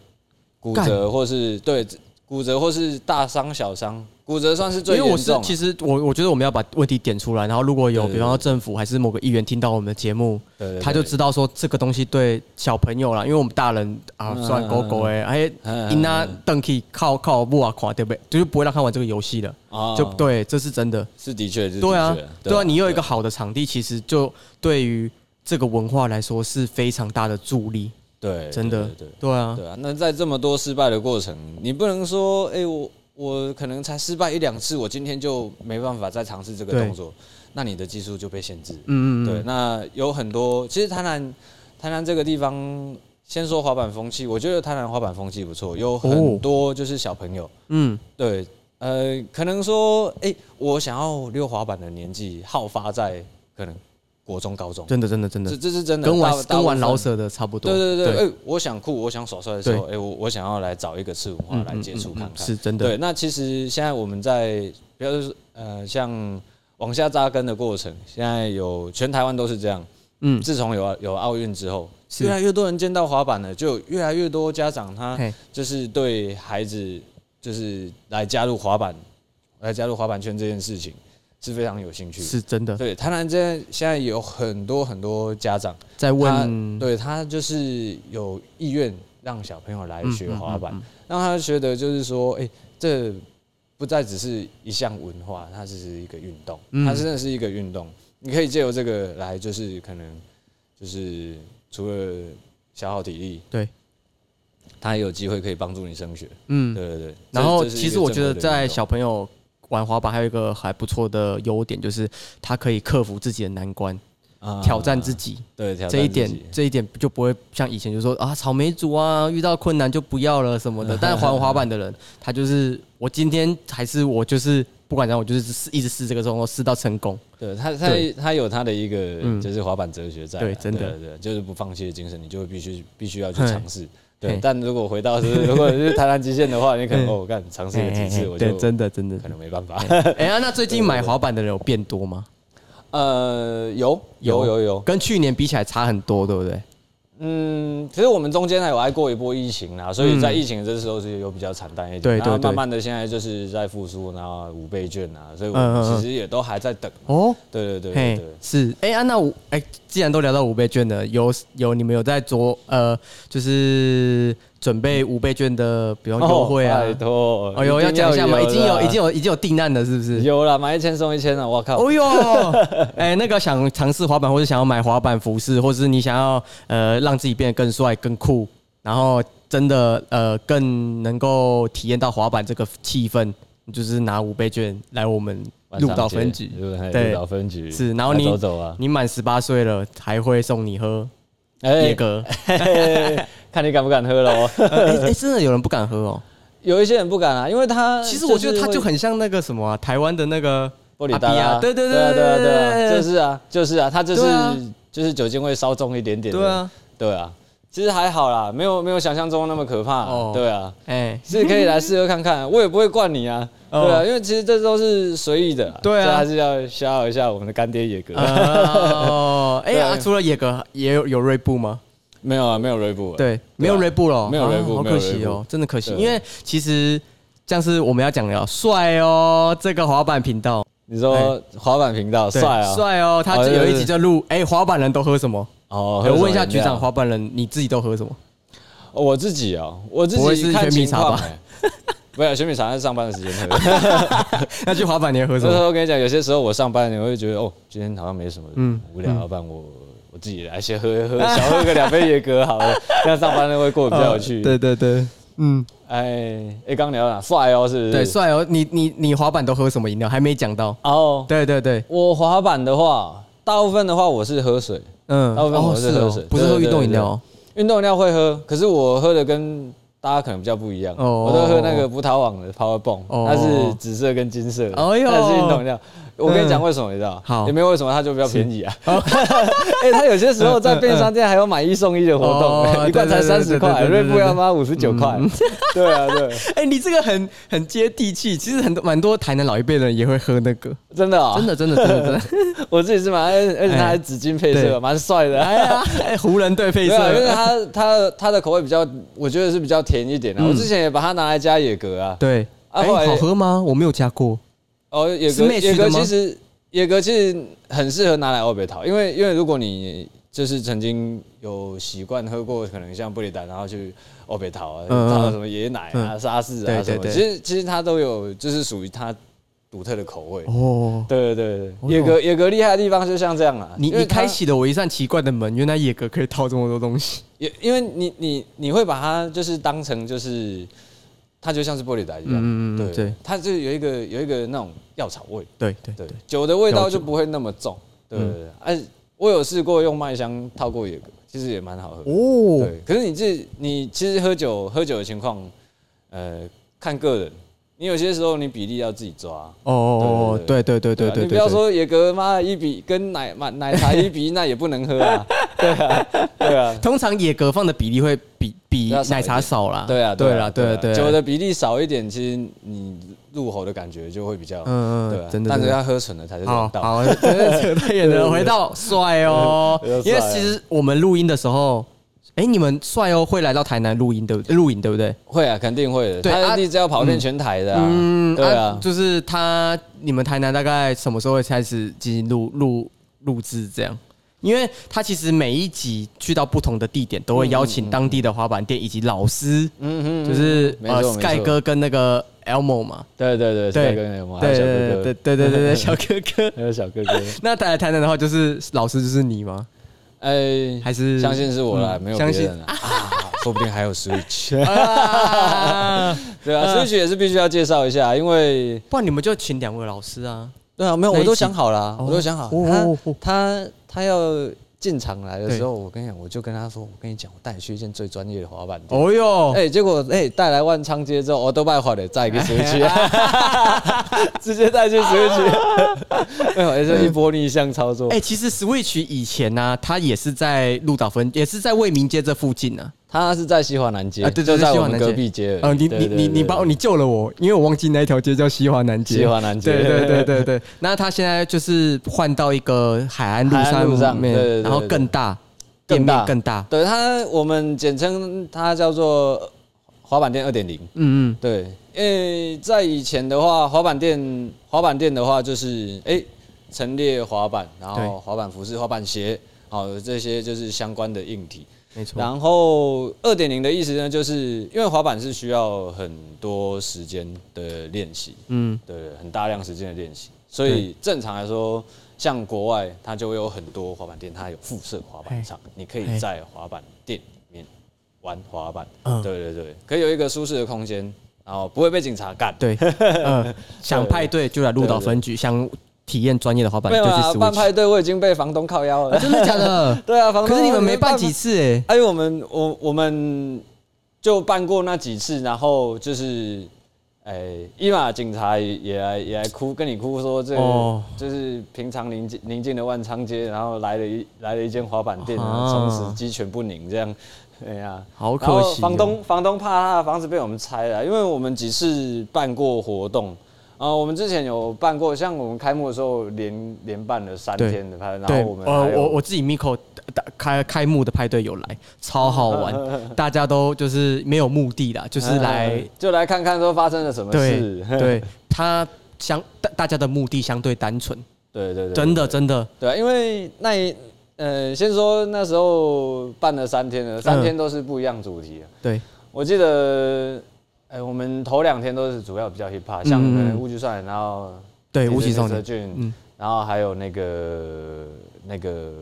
S2: 骨
S1: 干
S2: 折或是对骨折或是大伤小伤，骨折算是
S1: 因
S2: 最
S1: 为我
S2: 严
S1: 是
S2: 重啊。
S1: 其实我我觉得我们要把问题点出来，然后如果有
S2: 对对
S1: 比方说
S2: 对
S1: 政府还是某个议员听到我们的节目，
S2: 对对对
S1: 他就知道说这个东西对小朋友啦，因为我们大人啊
S2: 嗯
S1: 算狗狗哎，哎
S2: 嗯
S1: 因那邓 k 靠靠木啊垮对不对？就是不会让他玩这个游戏了，
S2: 啊
S1: 就对，这是真的。
S2: 是的确，是的确
S1: 对啊，对啊，你有一个
S2: 对
S1: 好的场地，其实就对于这个文化来说是非常大的助力，
S2: 对
S1: (laughs) 真的
S2: 对对。对，
S1: 对啊，
S2: 对啊，那在这么多失败的过程，你不能说，哎、我我可能才失败一两次，我今天就没办法再尝试这个
S1: 对
S2: 动作，那你的技术就被限制。
S1: 嗯嗯嗯，
S2: 对，那有很多，其实台南台南这个地方，先说滑板风气，我觉得台南滑板风气不错，有很
S1: 哦
S2: 多就是小朋友，
S1: 嗯，
S2: 对，呃，可能说，哎、我想要溜滑板的年纪，好发在可能国中、高中，
S1: 真的真的真
S2: 这
S1: 的，
S2: 这是真的，
S1: 跟
S2: 大
S1: 玩
S2: 大部
S1: 跟玩
S2: 分
S1: 老舍的差不多，
S2: 对对对，哎、我想酷，我想耍帅的时候，哎、我我想要来找一个次文化
S1: 嗯
S2: 来接触看看。
S1: 是真的，
S2: 对，那其实现在我们在，比如说呃，像往下扎根的过程，现在有全台湾都是这样。
S1: 嗯，
S2: 自从有有奥运之后，
S1: 是
S2: 越来越多人见到滑板了，就有越来越多家长他
S1: 嘿，
S2: 就是对孩子就是来加入滑板，来加入滑板圈这件事情是非常有兴趣的。
S1: 是真的，
S2: 嗯对，台南现在现在有很多很多家长。
S1: 在
S2: 他
S1: 问
S2: 对他就是有意愿让小朋友来
S1: 嗯
S2: 学
S1: 嗯
S2: 滑
S1: 嗯
S2: 板，
S1: 嗯
S2: 让他学的就是说，哎、这不再只是一项文化，它只是一个运动，
S1: 嗯
S2: 它真的是一个运动。你可以借由这个来，就是可能就是除了消耗体力，
S1: 对，
S2: 它也有机会可以帮助你升学。
S1: 嗯
S2: 对，对对。
S1: 然
S2: 这
S1: 后
S2: 这是一个
S1: 其实我觉得
S2: 正规的
S1: 在
S2: 运动
S1: 小朋友玩滑板还有一个还不错的优点，就是他可以克服自己的难关，
S2: 啊
S1: 挑战自己。
S2: 对挑战
S1: 这一
S2: 自己
S1: 点，这一点就不会像以前就说啊，草莓族啊，遇到困难就不要了什么的。但玩滑板的人，他就是我今天还是我就是不管怎样，我就是试一直试这个动作，试到成功。
S2: 对他，他
S1: 对
S2: 他有他的一个
S1: 嗯
S2: 就是滑板哲学在啊，
S1: 对真的
S2: 对对，就是不放弃的精神，你就会必须必须要去
S1: 嘿
S2: 尝试。
S1: 嘿
S2: 对，但如果回到是如果是台南极限的话，你可能
S1: 嗯
S2: 哦，干尝试个几
S1: 嘿嘿
S2: 次
S1: 嘿
S2: 我就
S1: 对，真的真的
S2: 可。能没办法。
S1: 哎呀，那最近买滑板的人有变多吗？
S2: (laughs) 呃，有有有有，
S1: 跟去年比起来差很多，对不对？
S2: 嗯，其实我们中间还有挨过一波疫情啊啦，所以在疫情这时候是有比较惨淡一点，
S1: 嗯对对
S2: 然后
S1: 对
S2: 慢慢的现在就是在复苏，然后五倍券啊，所以我
S1: 嗯嗯嗯
S2: 们其实也都还在等。
S1: 哦，
S2: 对对对对
S1: 嘿
S2: 对。，
S1: 是哎、啊，那我哎、既然都聊到五倍券了，有有你们有在做呃，就是准备五倍券的，比方优惠啊
S2: 哦拜？托，
S1: 哦呦，要
S2: 一定
S1: 讲一下吗？已经有啊
S2: 啦
S1: 已经有已经有定案了，是不是？
S2: 有了，买一千送一千了，我靠！
S1: 哦呦， (laughs) 哎、那个想尝试滑板，或者想要买滑板服饰，或者是你想要呃让自己变得更帅、更酷，然后真的呃更能够体验到滑板这个气氛，你就是拿五倍券来我们
S2: 晚
S1: 鹿
S2: 上
S1: 岛
S2: 见
S1: 分局，
S2: 鹿嘿
S1: 对
S2: 鹿岛分局
S1: 是然后
S2: 来
S1: 你
S2: 走走啊，
S1: 你满十八岁了还会送你喝
S2: 哎
S1: 野，格。
S2: (laughs) 看你敢不敢喝了哦。
S1: 哎、哎，真的有人不敢喝哦。
S2: (laughs) 有一些人不敢啊，因为他
S1: 其实我觉得他
S2: 是
S1: 就
S2: 会
S1: 很像那个什么啊，台湾的那个
S2: 玻璃大
S1: 阿比
S2: 拉
S1: 啊，对对
S2: 对啊
S1: 对
S2: 对啊对
S1: 对
S2: 啊，
S1: 对
S2: 就是啊就是啊，他就
S1: 对啊
S2: 是就是酒精会稍重一点点，
S1: 对，啊，
S2: 对啊，其实还好啦，没有没有想象中那么可怕
S1: 哦
S2: 啊，对啊。
S1: 哎、
S2: 是可以来试喝
S1: (laughs)
S2: 看看，我也不会灌你啊，
S1: 哦
S2: 对啊，因为其实这都是随意的啦，
S1: 对啊呃
S2: 所以还是要 shout 一下我们的干爹野哥，
S1: 哦，哎、
S2: 对
S1: 呀、除了野格，也有有锐步吗？
S2: 没有啊，没有 r e b
S1: 对，没有锐步了，
S2: 没有锐步
S1: 啊好
S2: 没有
S1: 可
S2: 锐
S1: 惜
S2: 步
S1: 哦，真的可惜，
S2: 对
S1: 因为其实像是我们要讲的哦，帅哦，这个滑板频道，
S2: 你说滑板频道
S1: 哎对
S2: 帅啊，
S1: 帅哦，他
S2: 哦
S1: 有一
S2: 对
S1: 集在录，哎、滑板人都喝什么？
S2: 哦
S1: 哎我问一下局长，
S2: 花，
S1: 滑板人你自己都喝什么？
S2: 哦我自己哦，我自
S1: 不会
S2: 己
S1: 是
S2: 看
S1: 玄米
S2: 情
S1: 茶
S2: 况
S1: 吧
S2: 欸。 (laughs) 不是玄米茶，是上班的时间喝。
S1: (laughs) 那去滑板你会喝什
S2: 所以
S1: 么？
S2: 说我跟你讲，有些时候我上班，你会觉得哦，今天好像没什么，
S1: 嗯
S2: 嗯，无聊，要不然我我自己来先喝喝，小喝个两杯野格好了， (laughs) 这样上班会过得比较
S1: (laughs)
S2: 有趣。
S1: 哦对，对对，嗯，
S2: 哎，哎，刚聊了帅哦，是不是？
S1: 对，。帅哦，你你你滑板都喝什么饮料？还没讲到。
S2: 哦，
S1: 对对对，
S2: 我滑板的话，大部分的话我是喝水，
S1: 嗯，
S2: 大部分我是喝水
S1: 哦不是
S2: 对
S1: 喝
S2: 对
S1: 运动饮
S2: 对
S1: 料哦。
S2: 运动饮料会喝，可是我喝的跟大家可能比较不一样，
S1: 哦
S2: 我都喝那个葡萄网的 Power Bomb，、
S1: 哦
S2: 它是紫色跟金色的，
S1: 哎呦嗯
S2: 那是运动饮料。我跟你讲为什么，你知道？
S1: 好
S2: 也没有为什么，它就比较便宜啊。 (laughs)
S1: (laughs)
S2: 哎，它有些时候在便利商店还有买一送一的活
S1: 哦
S2: 动，一罐才
S1: 对对
S2: 三
S1: 对对
S2: 十块，
S1: 对对对嗯
S2: 瑞布要妈五十九块。 (laughs) 对啊，对，
S1: 哎、你这个很很接地气，其实很多蛮多台南老一辈的人也会喝那个，
S2: 真的啊，
S1: 真的真的真的真的，
S2: 我自己是买，而且而且它还紫金配
S1: 对
S2: 色，蛮帅的。
S1: 哎呀，哎湖人队配
S2: 对
S1: 色，
S2: 啊，因为它它它的口味比较，我觉得是比较甜一点的。
S1: 嗯
S2: 我之前也把它拿来加野格啊，
S1: 对，
S2: 啊
S1: 哎、
S2: 后来
S1: 好喝吗？我没有加过，
S2: 哦，野
S1: 是
S2: 格
S1: match
S2: 野
S1: 的
S2: 格
S1: 吗
S2: 其实野格其实很适合拿来欧北桃，因为因为如果你就是曾经有习惯喝过，可能像布里丹，然后去欧北桃啊，
S1: 嗯嗯
S2: 然后什么椰奶啊、
S1: 嗯
S2: 沙士
S1: 对
S2: 啊
S1: 对
S2: 什么，
S1: 对
S2: 其实其实它都有，就是属于它独特的口味。
S1: 哦。
S2: 对对对
S1: 哦
S2: 对，野格野格厉害的地方就像这样啦。
S1: 你
S2: 因为
S1: 你开
S2: 它
S1: 启了我一扇奇怪的门，原来野格可以套这么多东西。
S2: 也因为你你你会把它就是当成就是，它就像是玻璃袋一样，
S1: 嗯嗯嗯
S2: 对，
S1: 对
S2: 它就有一个有一个那种药草味，
S1: 对对
S2: 对，酒的味
S1: 药
S2: 道
S1: 酒
S2: 就不会那么重，
S1: 嗯
S2: 对对对。哎、我有试过用麦香套过野格，其实也蛮好喝的，
S1: 哦，
S2: 对。可是你自己你其实喝酒喝酒的情况，呃，看个人，你有些时候你比例要自己抓。啊
S1: 哦哦哦，对
S2: 对
S1: 对对对
S2: 啊
S1: 对，
S2: 你不要
S1: 对
S2: 说野格妈的一比跟奶奶奶茶一比，那也不能
S1: (laughs)
S2: 喝啊，对啊，对啊，
S1: 通常野格放的比例会比比
S2: 比较少
S1: 奶茶少啦。
S2: 对啊，
S1: 对啦，
S2: 啦，
S1: 对
S2: 啦
S1: 啊对啊。
S2: 酒的比例少一点，其实你入喉的感觉就会比较，
S1: 嗯嗯
S2: 对啊，
S1: 真的
S2: 但
S1: 真
S2: 是
S1: 的
S2: 要喝纯的才是
S1: 好
S2: 王道。
S1: 好，真的扯太远了。回到帅哦，
S2: (laughs) 对对对
S1: 因为
S2: 帅啊
S1: 其实我们录音的时候，哎，你们帅哦会来到台南录音，对不对？录影对不对？
S2: 会啊，肯定会的。
S1: 对啊
S2: 他一直要跑遍全台的啊，对啊，
S1: 嗯就是他，你们台南大概什么时候会开始进行录录录制这样？因为他其实每一集去到不同的地点，都
S2: 嗯
S1: 会邀请当地的滑板店以及老师，
S2: 嗯嗯，
S1: 就是
S2: 没
S1: 呃
S2: 错没
S1: Sky
S2: 错
S1: 哥跟那个 Elmo 嘛，
S2: 对对对，
S1: 对
S2: 帅哥那个嘛，还
S1: 对
S2: 有小
S1: 对
S2: 哥
S1: 对对
S2: 哥，
S1: 对
S2: (laughs)
S1: 对对，小哥哥。
S2: 还有小哥 (laughs) 哥，
S1: 那来台南的话，就是老师就是你吗？
S2: 哎，
S1: 还是
S2: 相信是我啦，
S1: 嗯
S2: 没有别
S1: 相信
S2: 人了， (laughs) 啊说不定还有 Switch。
S1: 啊？
S2: (laughs) 对啊，Switch 也是必须要介绍一下，因为
S1: (laughs) 不然你们就请两位老师啊。
S2: 对啊，没有，
S1: 那一
S2: 我都
S1: 起
S2: 想好了啊，
S1: 哦
S2: 我都想好
S1: 哦
S2: 了
S1: 哦哦。
S2: 他他他要进场来的时候，我跟你讲，我就跟他说，我跟你讲，我带你去一间最专业的滑板店。
S1: 哦哟，
S2: 哎，结果哎带来万昌街之后，我都拜滑的，再一个
S1: (laughs)
S2: Switch，直接带去 Switch，
S1: (laughs)
S2: 没有，也是一波逆向操作
S1: 哎、。其实 Switch 以前呢、它也是在鹿岛分，也是在卫民街这附近呢、
S2: 他是在西华南街
S1: 啊，对对
S2: 就
S1: 对
S2: 在
S1: 西
S2: 我
S1: 华
S2: 们
S1: 南街
S2: 隔壁街而已。
S1: 呃，你
S2: 对
S1: 你
S2: 对
S1: 你你
S2: 对
S1: 把我你救了我，因为我忘记那一条街叫西华南街。
S2: 西华南街
S1: 对对对
S2: (laughs)
S1: 对对。那它现在就是换到一个海岸路
S2: 海岸路
S1: 上
S2: 上
S1: 面，
S2: 对对对
S1: 然后
S2: 对对
S1: 更大，
S2: 更
S1: 店
S2: 大
S1: 面更大。
S2: 对它，我们简称它叫做滑板店二点零。
S1: 嗯嗯，
S2: 对，因为在以前的话，滑板店滑板店的话就是哎、诶陈列滑板，然
S1: 对
S2: 后滑板服饰、滑板鞋，好、这些就是相关的硬体。
S1: 没错。
S2: 然后二点零的意思呢，就是因为滑板是需要很多时间的练习，
S1: 嗯，
S2: 对，很大量时间的练习，所以正常来说，像国外它就会有很多滑板店，它有附设滑板场，你可
S1: 嘿
S2: 以在滑板店里面玩滑板，
S1: 嗯
S2: 对对对，可以有一个舒适的空间，然后不会被警察干。 (laughs)
S1: 对，呃，想派对就来鹿岛分局，想体验专业的滑板
S2: 没
S1: 就
S2: 有
S1: 去
S2: 啊，办
S1: Switch。
S2: 派对我已经被房东靠腰了。？
S1: 真的假的
S2: 对啊，房东。
S1: 可是你们哦没办几
S2: 次？
S1: 次哎、
S2: 哎，我们我我们就办过那几次，然后就是。哎，伊玛警察也也来也来哭，跟你哭说这个、
S1: 哦
S2: 就是平常临近临近的万昌街，然后来了一来了一间滑板店，然
S1: 啊
S2: 后从此鸡犬不宁这样。哎呀，
S1: 好可
S2: 然后
S1: 惜哦
S2: 房东房东怕他的房子被我们拆了，因为我们几次办过活动，啊，我们之前有办过，像我们开幕的时候连连办了三
S1: 对
S2: 天的派，然
S1: 对，呃
S2: 后我们还有
S1: 我我自己 Miko 打开开幕的派对有来，超好
S2: (laughs)
S1: 玩，大家都就是没有目的啦，就是来
S2: 嗯就来看看说发生了什么
S1: 对
S2: 事。 (laughs)
S1: 对，他相大大家的目的相对单纯，
S2: 对对对，
S1: 真的真的，
S2: 对啊，因为那一呃，先说那时候办了三天
S1: 嗯
S2: 了，三天都是不一样主题的。啊
S1: 对
S2: 我记得，哎、我们头两天都是主要比较 hip hop，像
S1: 嗯嗯
S2: 可能乌鸡算，然后
S1: 对，
S2: DJ
S1: 无极少
S2: 哲
S1: 年，
S2: 俊，
S1: 嗯
S2: 然后还有那个那个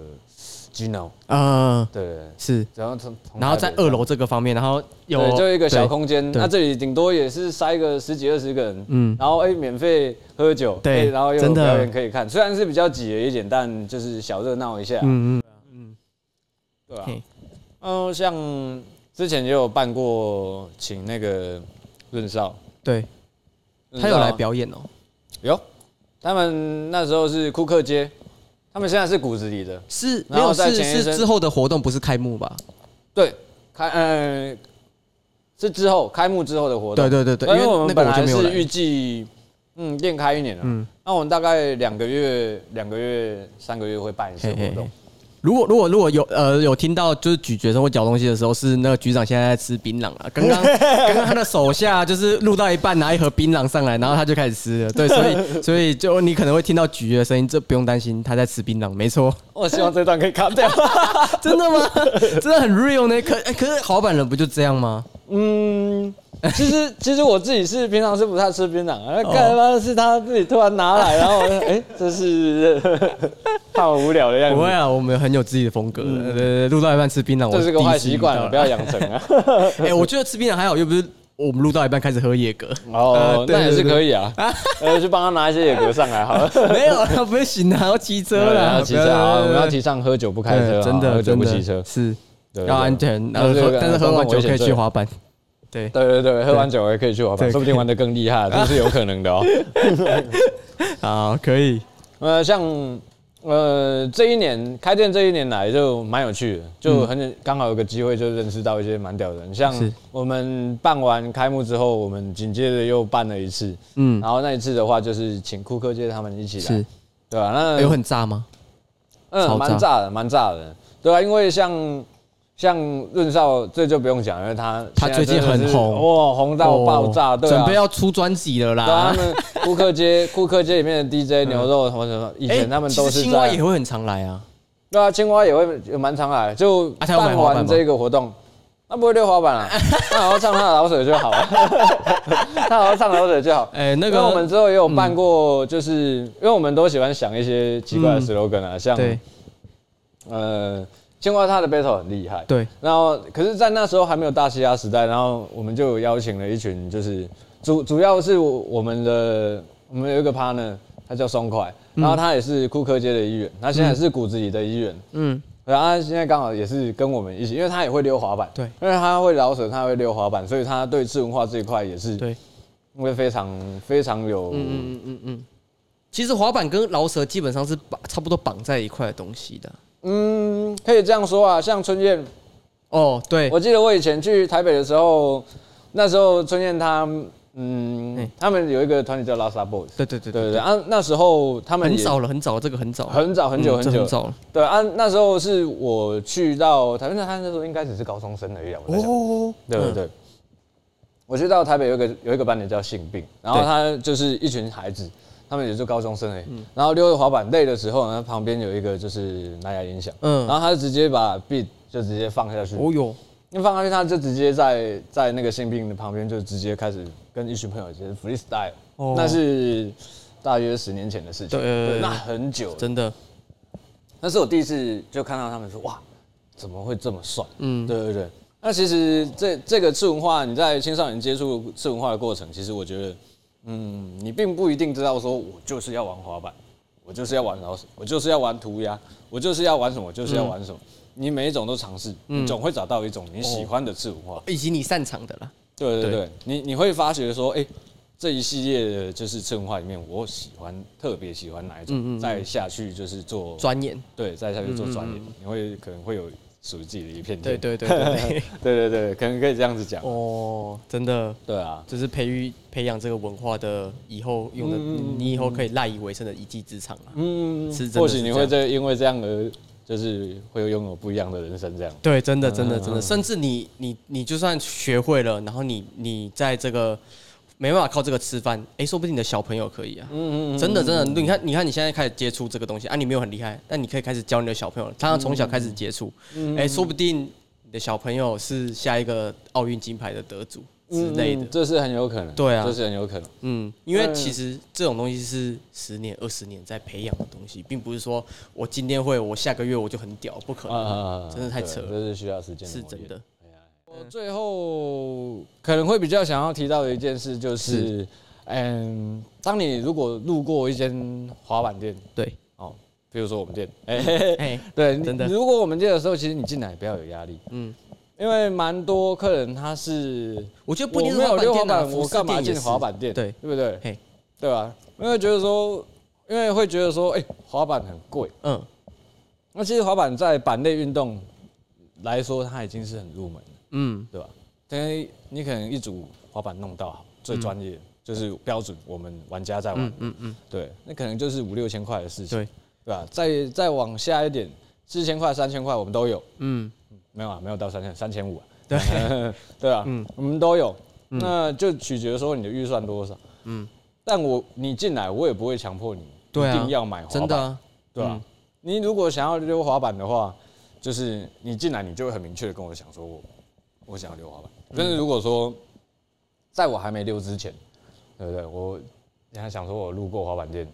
S2: Gino，
S1: 呃
S2: 对，
S1: 是，
S2: 然后从从
S1: 然后
S2: 台
S1: 在
S2: 北
S1: 二
S2: 上
S1: 楼这个方面，然后有
S2: 对，就一个小
S1: 对
S2: 空间，
S1: 哦对
S2: 那这里顶多也是塞个十几二十个人，
S1: 嗯
S2: 嗯，然后哎、免费喝酒，
S1: 对
S2: 哎然后又
S1: 真
S2: 有
S1: 的
S2: 表演可以看，虽然是比较挤了一点，但就是小热闹一下，
S1: 嗯嗯嗯，
S2: 对吧、
S1: 嘿
S2: 嗯，像之前也有办过，请那个润少，
S1: 对，
S2: 润
S1: 他有
S2: 少
S1: 来表演哦，
S2: 有，他们那时候是库克街，他们现在是骨子里的，
S1: 是没
S2: 然
S1: 有
S2: 后再
S1: 是
S2: 前一
S1: 是
S2: 生
S1: 之后的活动，不是开幕吧？
S2: 对，开呃是之后开幕之后的活动，
S1: 对对对对，
S2: 因为我
S1: 那
S2: 们
S1: 个
S2: 本
S1: 我就
S2: 来
S1: 没有
S2: 是
S1: 来
S2: 预。计，嗯，店开一年了，嗯，那我们大概两个月、两个月、三个月会办一次
S1: 嘿嘿
S2: 活动
S1: 嘿，如果如果如果有呃有听到就是咀嚼声或嚼东西的时候，是那个局长现在在吃槟榔啊。
S2: (laughs)
S1: 刚刚刚刚他的手下就是录到一半拿一盒槟榔上来，然后他就开始吃了。对，所
S2: (laughs)
S1: 以所以就你可能会听到咀嚼的声音，这不用担心，他在吃槟榔，没
S2: (laughs)
S1: 错。
S2: (laughs) 我希望这段可以卡掉。 (laughs)
S1: 真的吗？真的很 real 呢。可、哎可是滑板人不就这样吗？
S2: 嗯，其实其实我自己是平常是不太吃槟榔啊，那
S1: 哦
S2: 干他妈是他自己突然拿来，然后我就哎、这是 (laughs) 怕我无聊的样
S1: 不会
S2: 子，
S1: 啊，我们很有自己的风格的。对对对，录到一半吃槟榔，
S2: 嗯这是个
S1: 我第一
S2: 坏
S1: 次
S2: 习
S1: 遇
S2: 惯
S1: 到
S2: 啊，不要养成
S1: (laughs)
S2: 啊。
S1: 哎、我觉得吃槟榔还好，又不是我们录到一半开始喝野
S2: (laughs)
S1: 格。
S2: 哦
S1: 呃，对
S2: 那也
S1: 对
S2: 是
S1: 对
S2: 可以
S1: (laughs)
S2: 啊，呃，去帮他拿一些野格上来好了。
S1: 没有啦，不行啊，要骑车
S2: 对
S1: 啦，
S2: 要骑车啊，我们要提倡喝酒不开车
S1: 对
S2: 啊，
S1: 哎真
S2: 喝
S1: 的
S2: 酒
S1: 真
S2: 不
S1: 的
S2: 骑车，
S1: 是
S2: 对
S1: 要安。全，然后
S2: 那这
S1: 喝
S2: 个
S1: 但是喝完酒可以
S2: 公共危
S1: 去
S2: 险罪
S1: 滑板。对，
S2: 对对对对，喝完酒也可以去滑板，
S1: 对
S2: 说不定玩得更厉害，这是有可能
S1: (laughs)
S2: 的哦。
S1: 好，啊可以。
S2: 呃，像呃这一年开店这一年来就蛮有趣的，就很刚好有个机会就认识到一些蛮屌的人。像
S1: 嗯是
S2: 我们办完开幕之后，我们紧接着又办了一次，
S1: 嗯，
S2: 然后那一次的话就是请库克街他们一起来
S1: 是，哎
S2: 对吧、那
S1: 有很炸吗？
S2: 嗯，
S1: 超
S2: 蛮
S1: 炸
S2: 炸的，蛮炸的，对啊，因为像像润少这就不用讲，因为他
S1: 他
S2: 现
S1: 最
S2: 在
S1: 近
S2: 真的
S1: 很
S2: 是
S1: 红
S2: 哇，红到爆炸，
S1: 哦
S2: 对啊，
S1: 准备要出专辑了
S2: 对啊，
S1: 啦
S2: 他。们库克街库克街里面的 DJ 牛肉什么什么，以前他们都
S1: 嗯哎其实
S2: 是
S1: 青蛙也
S2: 在
S1: 会很常来啊。
S2: 对啊，青蛙也会有蛮常来，就
S1: 啊他有买
S2: 办
S1: 滑板吗
S2: 完这个活动，他不会溜滑板
S1: (laughs)
S2: 啊，他好好唱他的老水就好了，他好好唱老水就好。
S1: 哎，那
S2: 那个
S1: 个嗯
S2: 我们之后也有办过，就是因为我们都喜欢想一些奇怪的
S1: 嗯
S2: slogan 啊，像
S1: 对
S2: 呃青蛙他的 battle 很厉害，
S1: 对
S2: 然后，可是，在那时候还没有大西亚时代，然后我们就有邀请了一群，就是主主要是我我们的我们有一个 partner，他叫松快，然后他也是库克街的一员，他现在也是骨子里的一员，
S1: 嗯，
S2: 然后他现在刚好也是跟我们一起，因为他也会溜滑板，
S1: 对
S2: 因为他会老手，他会溜滑板，所以他对次文化这一块也是
S1: 对，
S2: 因为非常非常有，
S1: 嗯嗯嗯嗯。其实滑板跟饶舌基本上是绑差不多绑在一块的东西的。
S2: 嗯，可以这样说啊，像春燕，
S1: 哦，对，
S2: (laughs) 我记得我以前去台北的时候，那时候春燕他，嗯
S1: 嗯，
S2: 他们有一个团体叫拉萨 boys，
S1: 对对对
S2: 对对对啊，那时候他们
S1: 很
S2: 也
S1: 早了，很早了，这个很早了，
S2: 很早很久
S1: 嗯
S2: 很
S1: 这
S2: 久，
S1: 很早了。
S2: 对啊，那时候是我去到台北，那他那时候应该只是高中生而已啊，我在想，
S1: 哦，
S2: 对对对。我去到台北有一个有一个班的叫性病，然后
S1: 对嗯
S2: 他就是一群孩子，他们也是高中生哎、已。然后溜滑板累的时候呢，旁边有一个就是蓝牙音响，
S1: 嗯
S2: 然后他就直接把 beat 就直接放下去，
S1: 哦哟，
S2: 因为放下去，他就直接在在那个性病的旁边，就直接开始跟一群朋友就是 freestyle，、
S1: 哦
S2: 那是大约十年前的事
S1: 对
S2: 情，
S1: 对对
S2: 那很久了，
S1: 真的，
S2: 那是我第一次就看到他们说哇，怎么会这么帅？嗯，
S1: 嗯
S2: 对对对。那其实这这个次文化，你在青少年接触次文化的过程，其实我觉得，嗯，你并不一定知道说我就是要玩滑板，我就是要玩老鼠，我就是要玩涂鸦，我就是要玩什么，我就是要
S1: 嗯
S2: 玩什么。你每一种都尝试，你总会找到一种你喜欢的次文化。
S1: 以及你擅长的啦。
S2: 对对
S1: 对
S2: 对，你你会发觉说，哎、这一系列的就是次文化里面，我喜欢特别喜欢哪一
S1: 嗯
S2: 种，再下去就是做
S1: 钻研，
S2: 对，在下面做专业，你会可能会有属于自己的一片
S1: 嗯对对
S2: 天。
S1: 对
S2: (laughs)
S1: 对，
S2: 对对对，可能可以这样子讲。
S1: 哦，真的
S2: 对啊，
S1: 就是培育培养这个文化的以后用的，你你以后可以赖以为生的一技之长啊。
S2: 嗯
S1: 是真的是
S2: 或许你会
S1: 这
S2: 这因为这样而就是会拥有不一样的人生这样。
S1: 对，真的，真的，
S2: 啊
S1: 真的，甚至你你你就算学会了，然后你你在这个没办法靠这个吃饭，哎，说不定你的小朋友可以啊。
S2: 嗯
S1: 真的，真的，你看，你看，你现在开始接触这个东西啊，你没有很厉害，但你可以开始教你的小朋友，让他从小开始接触，
S2: 嗯
S1: 哎，说不定你的小朋友是下一个奥运金牌的得主
S2: 嗯
S1: 之类的。
S2: 这是很有可能。
S1: 对啊
S2: 这是很有可能。
S1: 嗯，因为
S2: 嗯
S1: 其实这种东西是十年、二十年在培养的东西，并不是说我今天会，我下个月我就很屌，不可能，
S2: 啊
S1: 真的太扯了
S2: 对这是需要时间，
S1: 是真。的。
S2: 我最后可能会比较想要提到的一件事就是，嗯，当你如果路过一间滑板店
S1: 对，
S2: 哦，比如说我们
S1: (laughs)
S2: 店，哎、嘿嘿
S1: 哎，
S2: 对，你
S1: 真的
S2: 如果我们接的时候，其实你进来不要有压力，
S1: 嗯，
S2: 因为蛮多客人他是
S1: 我觉得不一
S2: 我
S1: 定是
S2: 没有溜
S1: 板
S2: 滑
S1: 店啊，
S2: 板，我干嘛进滑板店？
S1: 对
S2: 对不对？
S1: 嘿
S2: 对吧？因为觉得说，哎、因为会觉得说，哎、滑板很贵。
S1: 嗯，
S2: 那其实滑板在板类运动来说，它已经是很入门了，
S1: 嗯，
S2: 对吧？但是你可能一组滑板弄到好，最专
S1: 嗯
S2: 业、就是标准，我们玩家在玩，嗯嗯对，那可能就是五六千块的事情，
S1: 对，
S2: 对吧？再再往下一点，四千块、三千块我们都有，
S1: 嗯，
S2: 没有啊，没有到三千，三千五啊，对， (laughs) 对啊，
S1: 嗯
S2: 我们都有，那就取决说你的预算多少，嗯，但我你进来，我也不会强迫你一
S1: 对啊
S2: 定要买滑板，
S1: 真的啊，
S2: 对吧、你如果想要溜滑板的话，就是你进来你就会很明确的跟我讲说我我想要溜滑
S1: 嗯
S2: 板。但是如果说在我还没溜之前，对不对？我你还想说我路过滑板店，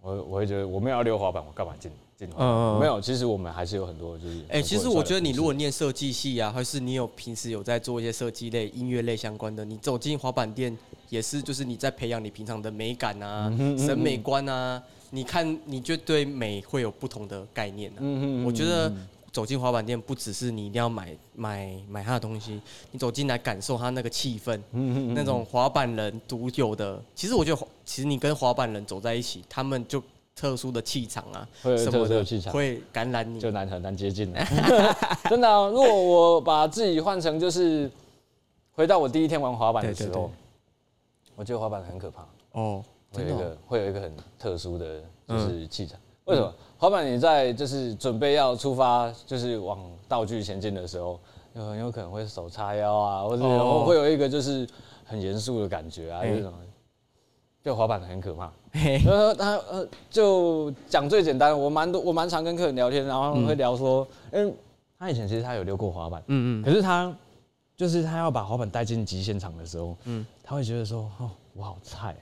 S2: 我我会觉得我没有要溜滑板，我干嘛进进滑板？
S1: 嗯嗯嗯
S2: 没有，其实我们还是有很多就是很多很帅的故
S1: 哎、其
S2: 事。
S1: 实我觉得你如果念设计系啊，还是你有平时有在做一些设计类、音乐类相关的，你走进滑板店也是，就是你在培养你平常的美感啊、
S2: 嗯
S1: 审美观啊。你看，你就对美会有不同的概念、啊。
S2: 嗯嗯嗯
S1: 我觉得走进滑板店不只是你一定要买买买他的东西，你走进来感受他那个气氛，
S2: 嗯
S1: 那种滑板人独有的。其实我觉得滑，其实你跟滑板人走在一起，他们就特殊的气场啊，
S2: 会有
S1: 什么
S2: 特殊的
S1: 的
S2: 气场
S1: 会感染你。
S2: 就难很难接近
S1: (laughs)
S2: 了，真的啊、如果我把自己换成就是回到我第一天玩滑板的时候，
S1: 对对对
S2: 我觉得滑板很可怕。
S1: 哦，
S2: 会有一个会有一个很特殊的就是气场。为
S1: 嗯
S2: 什么？滑板你在就是准备要出发，就是往道具前进的时候，有很有可能会手叉腰啊，或者
S1: 哦
S2: 然后会有一个就是很严肃的感觉啊，
S1: 哎
S2: 这种。就滑板很可怕，
S1: 嘿
S2: 然后他呃，就讲最简单的，我蛮多，我蛮常跟客人聊天，然后他们会聊说，嗯，他以前其实他有溜过滑板，
S1: 嗯嗯，
S2: 可是他就是他要把滑板带进极限场的时候，嗯，他会觉得说，哦，我好
S1: (laughs)
S2: 菜，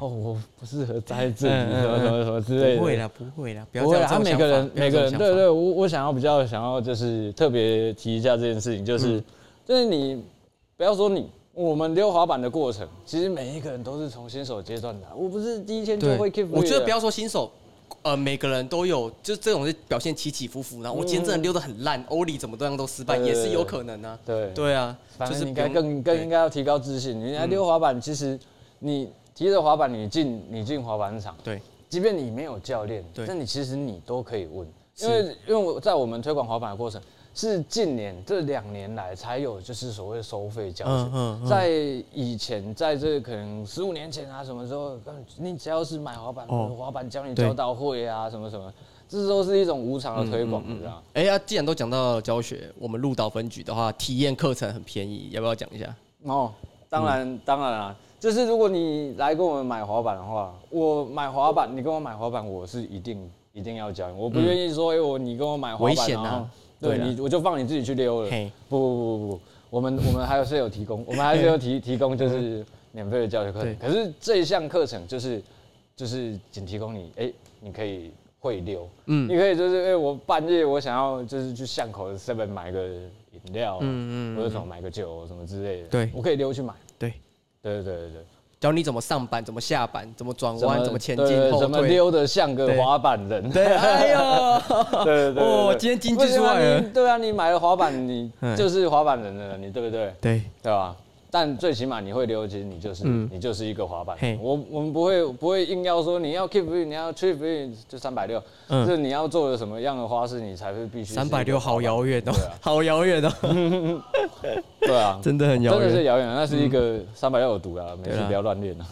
S2: 哦，我不适合待在这里，什么什么什么之类的。
S1: 嗯不会啦，不会啦，不要
S2: 不
S1: 这
S2: 会啦，啊
S1: 样。
S2: 他每个人每个人，对
S1: 对，
S2: 对，我我想要比较想要就是特别提一下这件事情，
S1: 嗯
S2: 就是、就是你不要说你。我们溜滑板的过程，其实每一个人都是从新手阶段的啊。我不是第一天就会 keep，
S1: 我觉得
S2: free
S1: 不要说新手。呃，每个人都有，就是这种是表现起起伏伏，然后我今天真的溜得很烂，欧里怎么这样都失败，
S2: 嗯对对
S1: 也
S2: 对
S1: 是有可能啊。
S2: 对
S1: 对啊，
S2: 反
S1: 就是
S2: 正你
S1: 不
S2: 应该
S1: 用
S2: 更更
S1: 对嗯
S2: 应该要提高自信。你来溜滑板，其实你提着滑板，你进你进滑板场，
S1: 对
S2: 即便你没有教练，
S1: 对
S2: 但你其实你都可以问，因为因为我在我们推广滑板的过程，是近年这两年来才有就是所谓收费教学，
S1: 嗯嗯嗯
S2: 在以前在这可能十五年前啊什么时候，嗯你只要是买滑板，
S1: 哦
S2: 滑板教你
S1: 对
S2: 教到会啊什么什么，这都是一种无偿的推广，你知道吗？
S1: 哎呀，既然都讲到教学，我们鹿岛分局的话，体验课程很便宜，要不要讲一下？
S2: 哦，当然、
S1: 嗯
S2: 当然啦，就是如果你来跟我们买滑板的话，我买滑板，你跟我买滑板，我是一定一定要教你，我不愿意说，哎、我你跟我买滑
S1: 嗯危
S2: 板，
S1: 险啊
S2: 然后对
S1: 对啊
S2: 你，我就放你自己去溜了。
S1: 嘿
S2: 不不不不不，我们我们还有是有提供，我们还是有提提
S1: (laughs)
S2: 供就是免费的教学课程
S1: 嗯对，
S2: 可是这一项课程就是就是仅提供你，哎、你可以。会溜，嗯，你可以就是，哎、我半夜我想要就是去巷口的 seven 买个饮料、嗯嗯，或者什么买个酒什么之类的，
S1: 对
S2: 我可以溜去买，
S1: 对，
S2: 对对对对
S1: 教你怎么上板，怎么下板，怎么转
S2: 对，
S1: 弯，怎么前
S2: 对
S1: 进后
S2: 怎么
S1: 退。
S2: 溜的像个
S1: 对
S2: 滑板人，
S1: 对，哎呦，
S2: (laughs) 对对对
S1: 哦
S2: 对
S1: 今天金句
S2: 不行啊
S1: 出来了
S2: 你对啊，你买了滑板，你
S1: (laughs) 嗯
S2: 就是滑板人了，你对不 (laughs) 对？
S1: 对，
S2: 对吧？但最起码你会溜，其实你就是、你就是一个滑板
S1: 嗯嘿。
S2: 我我们不会不会硬要说你要 keep it，你要 trip it 就三百六，
S1: 嗯
S2: 就是你要做了什么样的花式，你才会必须是一个
S1: 三百六好遥远哦
S2: 对啊，
S1: 好遥远哦，
S2: 对
S1: (laughs)
S2: 啊，
S1: 真的很遥
S2: 真的是
S1: 远。嗯
S2: 遥远，那是一个三百六有毒啊，没
S1: 对
S2: 事
S1: 啦
S2: 不要乱
S1: (laughs)
S2: 练啊，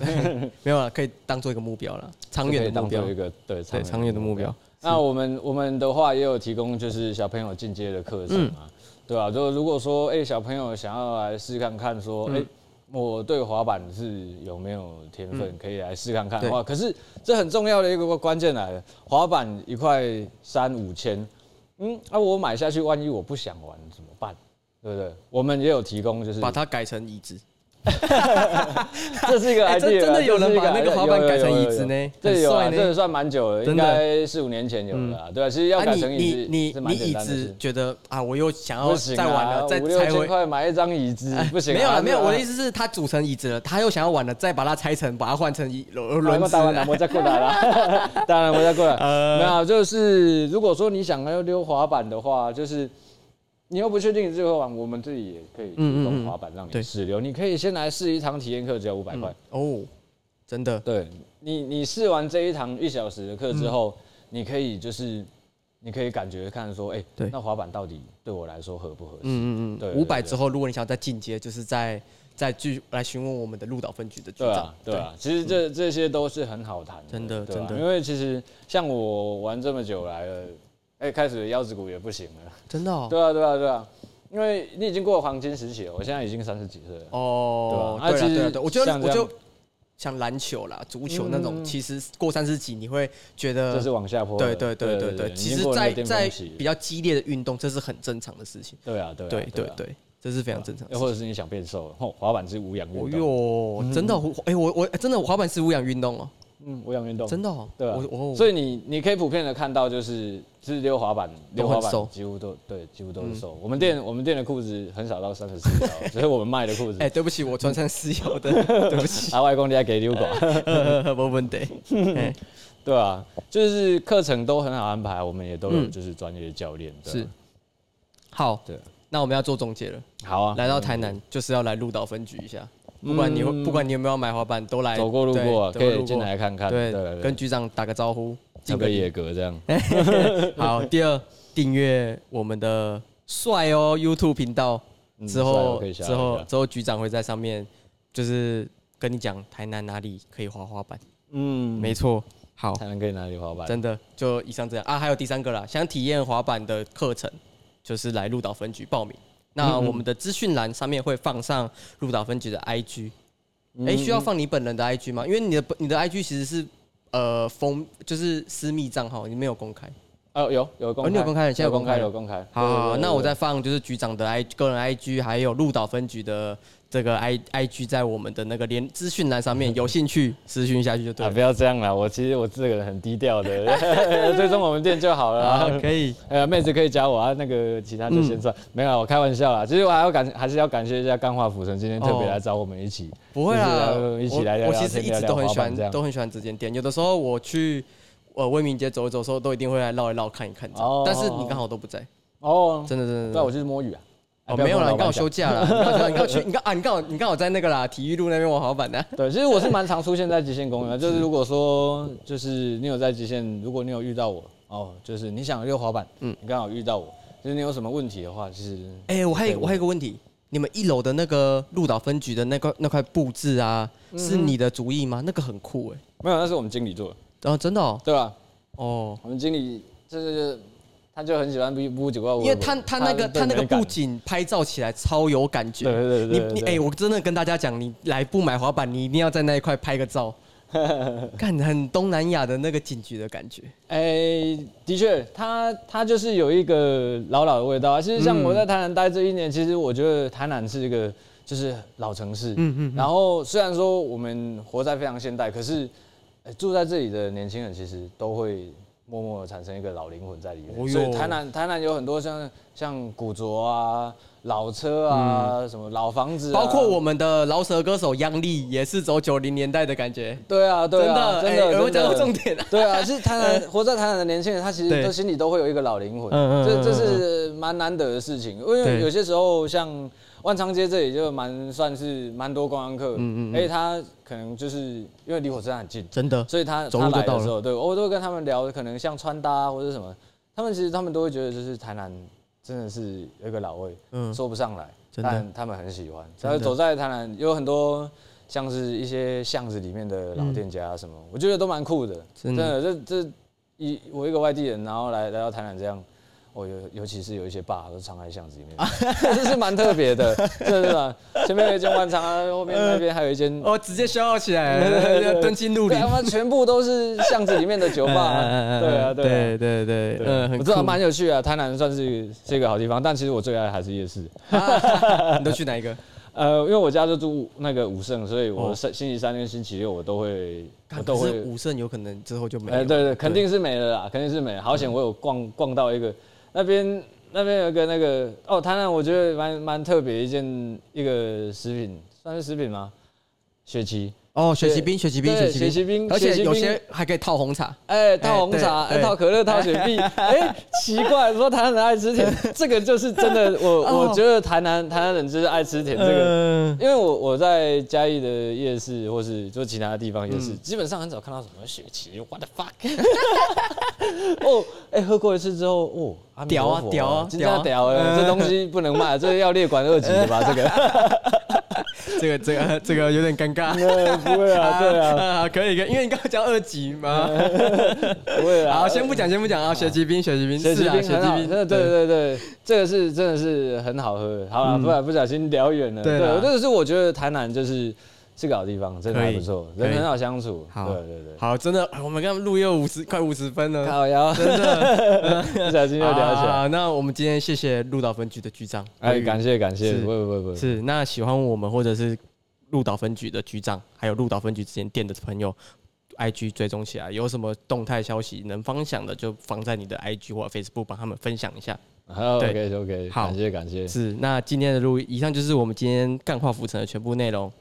S1: 没有了，可以当做一个目标了，长
S2: 可以
S1: 远的目
S2: 当
S1: 标
S2: 做一。个对
S1: 对，长远的目标。
S2: 那我们我们的话也有提供就是小朋友进阶的课程啊，对吧、就如果说哎、小朋友想要来试看看说，哎、我对滑板是有没有天分，可以来试看看的话，可是这很重要的一个关键来了，滑板一块三五千，嗯，啊我买下去，万一我不想玩怎么办？对不对？我们也有提供，就是
S1: 把它改成椅子，
S2: (laughs) 这是一个
S1: 哎
S2: idea，
S1: 真真的有人把那个
S2: idea，
S1: 滑板
S2: 有
S1: 改成
S2: 有有
S1: 椅子
S2: 有
S1: 呢
S2: 这有啊，
S1: 很帅呢
S2: 这算蛮久了，应
S1: 真的
S2: 该四五年前有了啊，对吧？其实要
S1: 啊，
S2: 改
S1: 你
S2: 成椅
S1: 你
S2: 子，
S1: 你
S2: 是
S1: 你
S2: 蛮简
S1: 椅
S2: 单的事
S1: 子觉得啊，我又想要
S2: 不行
S1: 再玩了，再
S2: 五六
S1: 才
S2: 千
S1: 会
S2: 块买一张椅子不行啊，
S1: 没有了，没有。
S2: 对吧
S1: 我的意思是，他组成椅子了，他又想要玩了，再把它拆成，把它换成椅轮
S2: 好
S1: 轮
S2: 那
S1: 子啊呃
S2: 打完 (laughs) 了，我再过来啦。 (laughs) 当然，我再
S1: (laughs)
S2: 过来。没有，啊就是如果说你想要溜滑板的话，就是你又不确定你自己会玩，我们自己也可以提供滑板让你
S1: 嗯对
S2: 试溜。你可以先来试一堂体验课，只要五百块。
S1: 哦，真的
S2: 对你，你试完这一堂一小时的课
S1: 嗯
S2: 之后，你可以就是你可以感觉看说，哎、
S1: 对
S2: 那滑板到底对我来说合不合适？
S1: 嗯嗯
S2: 对
S1: 嗯，五百
S2: 对对
S1: 之后，如果你想再进阶，就是在再去来询问我们的鹿岛分局的局
S2: 对
S1: 长
S2: 啊，，对啊，其实这这些都是很好谈的，
S1: 嗯真的
S2: 对
S1: 真
S2: 啊
S1: 的
S2: 因为其实像我玩这么久来了，哎、开始腰子骨也不行了，
S1: 真的哦，
S2: 对啊，对啊，对啊，因为你已经过了黄金时期了，我现在已经三十几岁了，
S1: 哦，
S2: 对
S1: 对
S2: 啊
S1: 啊
S2: 啊其实
S1: 对啊对啊，我觉得
S2: 像这
S1: 我
S2: 样
S1: 就像篮球啦、足球那种，其实过三十几你会觉
S2: 这
S1: 得
S2: 是。往下坡了，
S1: 对对对对对，
S2: 已
S1: 其
S2: 经
S1: 实
S2: 过了那
S1: 在，
S2: 个巅
S1: 在
S2: 峰期了
S1: 比较激烈的运动，这是很正常的事情。
S2: 对啊，对啊
S1: 对对
S2: 啊
S1: 对，这是非常正常的事
S2: 又
S1: 情。
S2: 或者是你想变瘦，吼，滑板是无氧
S1: 哦
S2: 运动，
S1: 哟，真的哦，哎，我我真的滑板是无氧运动哦，
S2: 嗯，无氧运动，
S1: 真的哦，
S2: 对啊
S1: 我我
S2: 所以你你可以普遍的看到，就是是溜滑板，溜滑
S1: 瘦嗯
S2: 板几乎都对，几乎都是瘦。我们店我们店的裤子很少到三十四
S1: (laughs)
S2: 腰，所以我们卖的裤子
S1: 哎，，对不起，我穿上私有的，对不起，
S2: 啊，外公你还给溜狗，
S1: (laughs) 没问题。哎
S2: 对啊，就是课程都很好安排，我们也都有
S1: 嗯
S2: 就是专业的教练，对啊
S1: 是，好，
S2: 对啊，
S1: 那我们要做总结了。
S2: 好啊，
S1: 来到台南就是要来鹿岛分局一下，不管你
S2: 嗯
S1: 会，不管你有没有要买滑板，都来
S2: 走过路过啊
S1: 对
S2: 可
S1: 走
S2: 以
S1: 过
S2: 进来看看，
S1: 对，
S2: 对，
S1: 跟
S2: 跟
S1: 局长打个招呼，
S2: 那
S1: 敬
S2: 个
S1: 个
S2: 野格这样，
S1: 礼。 (laughs) 好，第二，订阅我们的帅哦 YouTube 频道，
S2: 嗯
S1: 之
S2: 帅我
S1: 后
S2: 可以下
S1: 之后
S2: 来一下
S1: 之后局长会在上面就是跟你讲台南哪里可以滑滑板，
S2: 嗯，
S1: 没错，好，
S2: 台南可以哪里滑板？
S1: 真的就以上这样啊。还有第三个啦，想体验滑板的课程，就是来鹿岛分局报名。那我们的资讯栏上面会放上鹿岛分局的 IG，哎、需要放你本人的 IG 吗？因为你的你的 IG 其实是呃封，就是私密账号，你没有公开。
S2: 哦，有有
S1: 哦
S2: 公开，
S1: 你有公开了现在有
S2: 有
S1: 公
S2: 公
S1: 开
S2: 开，
S1: 了
S2: 有公开。
S1: 好好，好
S2: 对
S1: 那我再放就是局长的 I 个人 IG，还有鹿岛分局的这个 I IG 在我们的那个连资讯栏 (laughs) 上面，有兴趣私讯下去就对
S2: 啊，
S1: 了。
S2: 不要这样啦！我其实我这个人很低
S1: (laughs)
S2: 调的， (laughs) 追踪我们店就好了啊。
S1: 好，可以，
S2: (laughs) 呃，妹子可以加我啊，那个其他就先
S1: 嗯
S2: 算。没有啦，我开玩笑啦。其实我还要感，还是要感谢一下钢化浮城今天特别
S1: 哦
S2: 来找我们一起。
S1: 不会啦，
S2: 就是要呃一起来
S1: 我
S2: 聊
S1: 我
S2: 聊
S1: 其实
S2: 天
S1: 一直
S2: 聊聊
S1: 都很
S2: 滑
S1: 喜
S2: 板这
S1: 欢，
S2: 样
S1: 都很喜欢这间店。有的时候我去呃威明街走一走的时候，都一定会来绕一绕看一看这样。
S2: 哦
S1: 但是你刚好都不在，
S2: 哦，
S1: 真的真的真
S2: 对
S1: 的
S2: 啊，。我就是摸鱼啊。
S1: 哦，
S2: 哎不要
S1: 没有
S2: 跟
S1: 啦，
S2: 老
S1: 你刚
S2: 板
S1: 好
S2: 讲
S1: 休假啦，你
S2: (laughs)
S1: 刚好你刚好去，你刚啊，你刚好你刚好在那个啦，体育路那边玩滑板啊的。
S2: 对，其实我是蛮常出现在极限公园
S1: (laughs)
S2: 的，就是如果说就是你有在极限，如果你有遇到我哦，就是你想溜滑板，嗯，你刚好遇到我，就是你有什么问题的话，其实
S1: 哎、我还有我还有一个问题，你们一楼的那个鹿岛分局的那块那块布置啊，是你的主意吗？那个很酷哎、
S2: 没有，那是我们经理做的，
S1: 然、后真的哦，
S2: 对吧、
S1: 哦，
S2: 我们经理就是他就很喜欢布布九怪，
S1: 因为他他那个他那个布景拍照起来超有感觉。
S2: 对对对对
S1: 你你哎、
S2: 对
S1: 我真的跟大家讲，你来不买滑板，你一定要在那一块拍个
S2: (laughs)
S1: 照，看很东南亚的那个景局的感觉。
S2: 哎、的确，他他就是有一个老老的味道啊。其实像我在
S1: 嗯
S2: 台南待这一年，其实我觉得台南是一个就是老城市，嗯嗯然后虽然说我们活在非常现代，可是、呃住在这里的年轻人其实都会默默的产生一个老灵魂在里面。
S1: 哦哟
S2: 所以台南台南有很多像像古着啊、老车啊、什么老房子啊、
S1: 嗯包括我们的饶舌歌手央丽也是走九零年代的感觉，
S2: 对啊，对啊，
S1: 真
S2: 真
S1: 的
S2: 的，
S1: 哎我
S2: 真
S1: 讲
S2: 的
S1: 到重点了。
S2: 对啊，是
S1: (laughs)
S2: 台南活在台南的年轻人，他其
S1: 对
S2: 实都心里都会有一个老灵魂，
S1: 嗯嗯嗯
S2: 这这
S1: 嗯
S2: 是蛮难得的事情。因为
S1: 对
S2: 有些时候像万昌街这里就蛮算是蛮多观光客，嗯嗯，而且他可能就是因为离火车站很近，
S1: 真的，
S2: 所以他
S1: 走
S2: 他
S1: 路就
S2: 来
S1: 到
S2: 的
S1: 了
S2: 时候，对我都会跟他们聊，可能像穿搭啊或者什么，他们其实他们都会觉得就是台南真的是有一个老味，
S1: 嗯
S2: 说不上来，
S1: 真的
S2: 但他们很喜欢。
S1: 真
S2: 然
S1: 的
S2: 后走在台南有很多。像是一些巷子里面的老店家啊什么，我觉得都蛮酷的。
S1: 嗯真
S2: 真
S1: 的
S2: 的，这这一我一个外地人，然后来来到台南这样，我、尤尤其是有一些爸都藏在巷子里
S1: (laughs)
S2: 面，这是蛮特别的，真的是吧？前面有一间万昌啊，后面那边还有一间哎
S1: 哦，呃直接消耗起来了，蹲进入
S2: 对
S1: 林
S2: 他。妈全部都是巷子里面的酒吧、
S1: (laughs) 嗯嗯嗯嗯嗯
S2: 对啊，对啊。
S1: 对对对，
S2: 对
S1: 嗯，很
S2: 我知道
S1: 酷
S2: 蛮有趣啊，台南算是是一个好地方，但其实我最爱的还是
S1: (laughs)
S2: 夜市。
S1: 啊你 (laughs) 都去哪一个？
S2: 呃，因为我家就住那个武圣，所以
S1: 哦
S2: 我星星期三跟星期六我都会，我
S1: 都
S2: 都
S1: 是
S2: 会。
S1: 武圣有可能之后就没
S2: 哎、
S1: 有。
S2: 对对，肯定是没了啦，肯定是没了。
S1: 嗯
S2: 好险，我有逛逛到一个那边那边有一个那个哦，台南我觉得蛮蛮特别一件一个食品，算是食品吗？雪琪，
S1: 哦，学习兵，
S2: 对
S1: 学习兵，
S2: 对
S1: 学
S2: 学习兵
S1: 而且
S2: 学习兵
S1: 有些还可以套红茶。
S2: 哎、套红
S1: 对
S2: 茶，哎、
S1: 对 (laughs)
S2: 套可乐，套雪碧，哎、奇怪，说台南人爱吃甜，这个就是真的。我
S1: 哦
S2: 我觉得台南台南人就是爱吃甜这个，
S1: 嗯，
S2: 因为我我在嘉义的夜市或是就其他地方夜市，
S1: 嗯
S2: 基本上很少看到什么雪琪，what the
S1: (laughs)
S2: fuck？哦，哎，喝过一次之后，哦，阿弥陀
S1: 屌啊
S2: 佛
S1: 屌啊
S2: 真的
S1: 屌
S2: 屌哎，这东西不能卖，这要列管二级的吧？
S1: (laughs)
S2: 这个
S1: 这个这
S2: (laughs)
S1: 个这个有点尴尬。
S2: 呃不会啊，对 (laughs) 啊，
S1: 哎啊，可以可以，因为你刚刚讲二级
S2: (laughs)
S1: 嘛。
S2: 不会啊
S1: 好，。先不讲，先不讲啊，雪骑兵，雪骑兵，
S2: 雪
S1: 是
S2: 奇
S1: 啊，
S2: 冰
S1: 雪
S2: 很
S1: 骑
S2: 好，
S1: 兵，
S2: 对对对对，这个是真的是很好喝。好了，不然不小心聊远了。
S1: 嗯对
S2: 对，
S1: 啦
S2: 这个是我觉得台南就是是个好地方，真的还不错，
S1: 可以
S2: 人很好相处。
S1: 好
S2: 对对对，
S1: 好，真的，哎我们刚刚录又五十，快五十分了，
S2: 好，
S1: (laughs)
S2: 然后
S1: 真的。
S2: (laughs) 不小心又聊起来。
S1: 啊，那我们今天谢谢鹿岛分局的局长，
S2: 哎，感谢感谢，
S1: 是
S2: 不会不会不会，
S1: 是那喜欢我们或者是鹿岛分局的局长，还有鹿岛分局之前店的朋友。IG 追踪起来，有什么动态消息能分享的，就放在你的 IG 或 Facebook 帮他们分享一下。
S2: 好
S1: 对
S2: ，OK OK，
S1: 好
S2: 感谢感谢，
S1: 是，那今天的录，以上就是我们今天干化浮城的全部内容。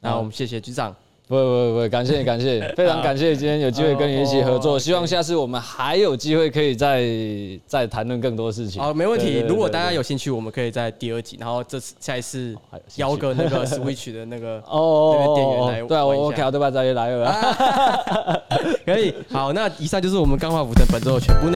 S1: 那我们谢谢局长，
S2: 不会不会不会，感谢
S1: (laughs)
S2: 感谢，非常感谢今天有机会跟你一起合
S1: 哦
S2: 作，
S1: ，OK
S2: 希望下次我们还有机会可以再再谈论更多事情。哦
S1: 好，没问
S2: 对
S1: 题。
S2: 对对
S1: 如果
S2: 对
S1: 大家
S2: 对
S1: 有兴趣，我们可以在第二集，然后这次下一次
S2: 还有兴趣
S1: 邀个那
S2: (laughs)
S1: 个 Switch 的那个
S2: 哦哦
S1: 那个店员
S2: 哦
S1: 来
S2: 哦，对啊，
S1: 玩一
S2: 我我
S1: 下
S2: 卡对吧？再来了。啊
S1: 可以。好，那以上就是我们钢化浮城本周的全部内容。